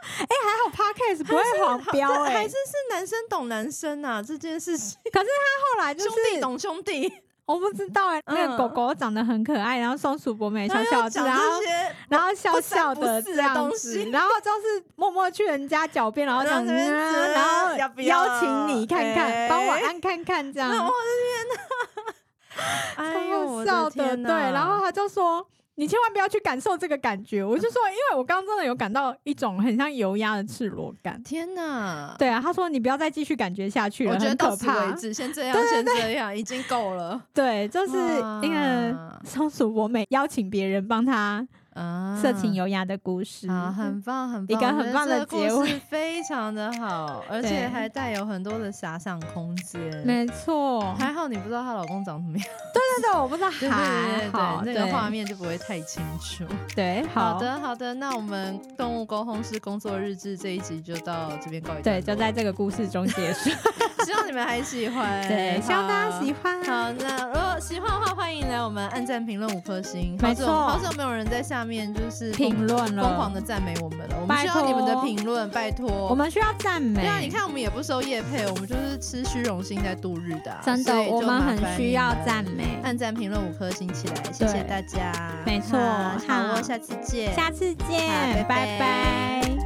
[SPEAKER 2] 哎还好 podcast 不会黄标哎、
[SPEAKER 1] 还是是男生懂男生啊这件事情，
[SPEAKER 2] 后来就
[SPEAKER 1] 兄弟
[SPEAKER 2] 是
[SPEAKER 1] 懂兄弟，
[SPEAKER 2] 我不知道哎、那
[SPEAKER 1] 嗯
[SPEAKER 2] 个狗狗长得很可爱，然后松鼠博美小
[SPEAKER 1] 他
[SPEAKER 2] 小
[SPEAKER 1] 又
[SPEAKER 2] 只，
[SPEAKER 1] 讲
[SPEAKER 2] 然后
[SPEAKER 1] 这些，
[SPEAKER 2] 然后笑笑
[SPEAKER 1] 不三
[SPEAKER 2] 的
[SPEAKER 1] 不四
[SPEAKER 2] 这
[SPEAKER 1] 的
[SPEAKER 2] 样
[SPEAKER 1] 东
[SPEAKER 2] 子
[SPEAKER 1] 西，
[SPEAKER 2] 然后就是默默去人家脚边，然后这样子，
[SPEAKER 1] 然
[SPEAKER 2] 嗯然后
[SPEAKER 1] 后这边要不要
[SPEAKER 2] 邀请你看
[SPEAKER 1] 哎
[SPEAKER 2] 看，帮我按看看这样，
[SPEAKER 1] 那我的天哪！嗯 哎呦，
[SPEAKER 2] 超
[SPEAKER 1] 我
[SPEAKER 2] 笑的，
[SPEAKER 1] 天
[SPEAKER 2] 对，
[SPEAKER 1] 哪
[SPEAKER 2] 然后他就说。你千万不要去感受这个感觉，我就说，因为我刚刚真的有感到一种很像油压的赤裸感，
[SPEAKER 1] 天哪，
[SPEAKER 2] 对啊，他说你不要再继续感觉下去了，
[SPEAKER 1] 我觉得
[SPEAKER 2] 很
[SPEAKER 1] 到
[SPEAKER 2] 可
[SPEAKER 1] 此为
[SPEAKER 2] 怕。
[SPEAKER 1] 止，先这样，先这样，已经够了。
[SPEAKER 2] 对，就是那个
[SPEAKER 1] 哇
[SPEAKER 2] 松鼠博美邀请别人帮他
[SPEAKER 1] 啊
[SPEAKER 2] 色情油压的故事。
[SPEAKER 1] 啊，很棒，很棒，
[SPEAKER 2] 嗯一个很
[SPEAKER 1] 我觉得
[SPEAKER 2] 棒的
[SPEAKER 1] 这个故
[SPEAKER 2] 结尾
[SPEAKER 1] 事非常的好，而且
[SPEAKER 2] 对嗯
[SPEAKER 1] 还带有很多的遐想空间。
[SPEAKER 2] 没 错，
[SPEAKER 1] 还好你不知道她老公长什么样，
[SPEAKER 2] 对对对，我不知道
[SPEAKER 1] 对对
[SPEAKER 2] 还
[SPEAKER 1] 对
[SPEAKER 2] 好，
[SPEAKER 1] 对，那个画面就不会太清楚。
[SPEAKER 2] 对，
[SPEAKER 1] 好
[SPEAKER 2] 好，
[SPEAKER 1] 的好的，那我们动物沟通师工作日志这一集就到这边告一段落
[SPEAKER 2] 对，就在这个故事中结束。
[SPEAKER 1] 希望你们还喜欢，
[SPEAKER 2] 对，希望大家喜欢。
[SPEAKER 1] 好，那如果喜欢的话，欢迎来我们按赞、评论五颗星。
[SPEAKER 2] 没
[SPEAKER 1] 好久
[SPEAKER 2] 错
[SPEAKER 1] 好久没有人在下面就是疯
[SPEAKER 2] 评论了，
[SPEAKER 1] 疯狂的赞美我们了。我们
[SPEAKER 2] 拜
[SPEAKER 1] 需要
[SPEAKER 2] 托
[SPEAKER 1] 你们的评论，拜托。
[SPEAKER 2] 我们需要赞美。
[SPEAKER 1] 对啊，你看我们也不收业配，我们就是吃虚荣心在度日的啊、
[SPEAKER 2] 真的
[SPEAKER 1] 所以，就
[SPEAKER 2] 我们
[SPEAKER 1] 麻
[SPEAKER 2] 很
[SPEAKER 1] 烦
[SPEAKER 2] 需
[SPEAKER 1] 你
[SPEAKER 2] 要
[SPEAKER 1] 们嗯
[SPEAKER 2] 赞美。
[SPEAKER 1] 按赞、评论五颗星起来，谢谢
[SPEAKER 2] 对
[SPEAKER 1] 大家。
[SPEAKER 2] 没错
[SPEAKER 1] 好，
[SPEAKER 2] 好
[SPEAKER 1] 我下次见，
[SPEAKER 2] 下次见，
[SPEAKER 1] 好拜拜
[SPEAKER 2] 拜拜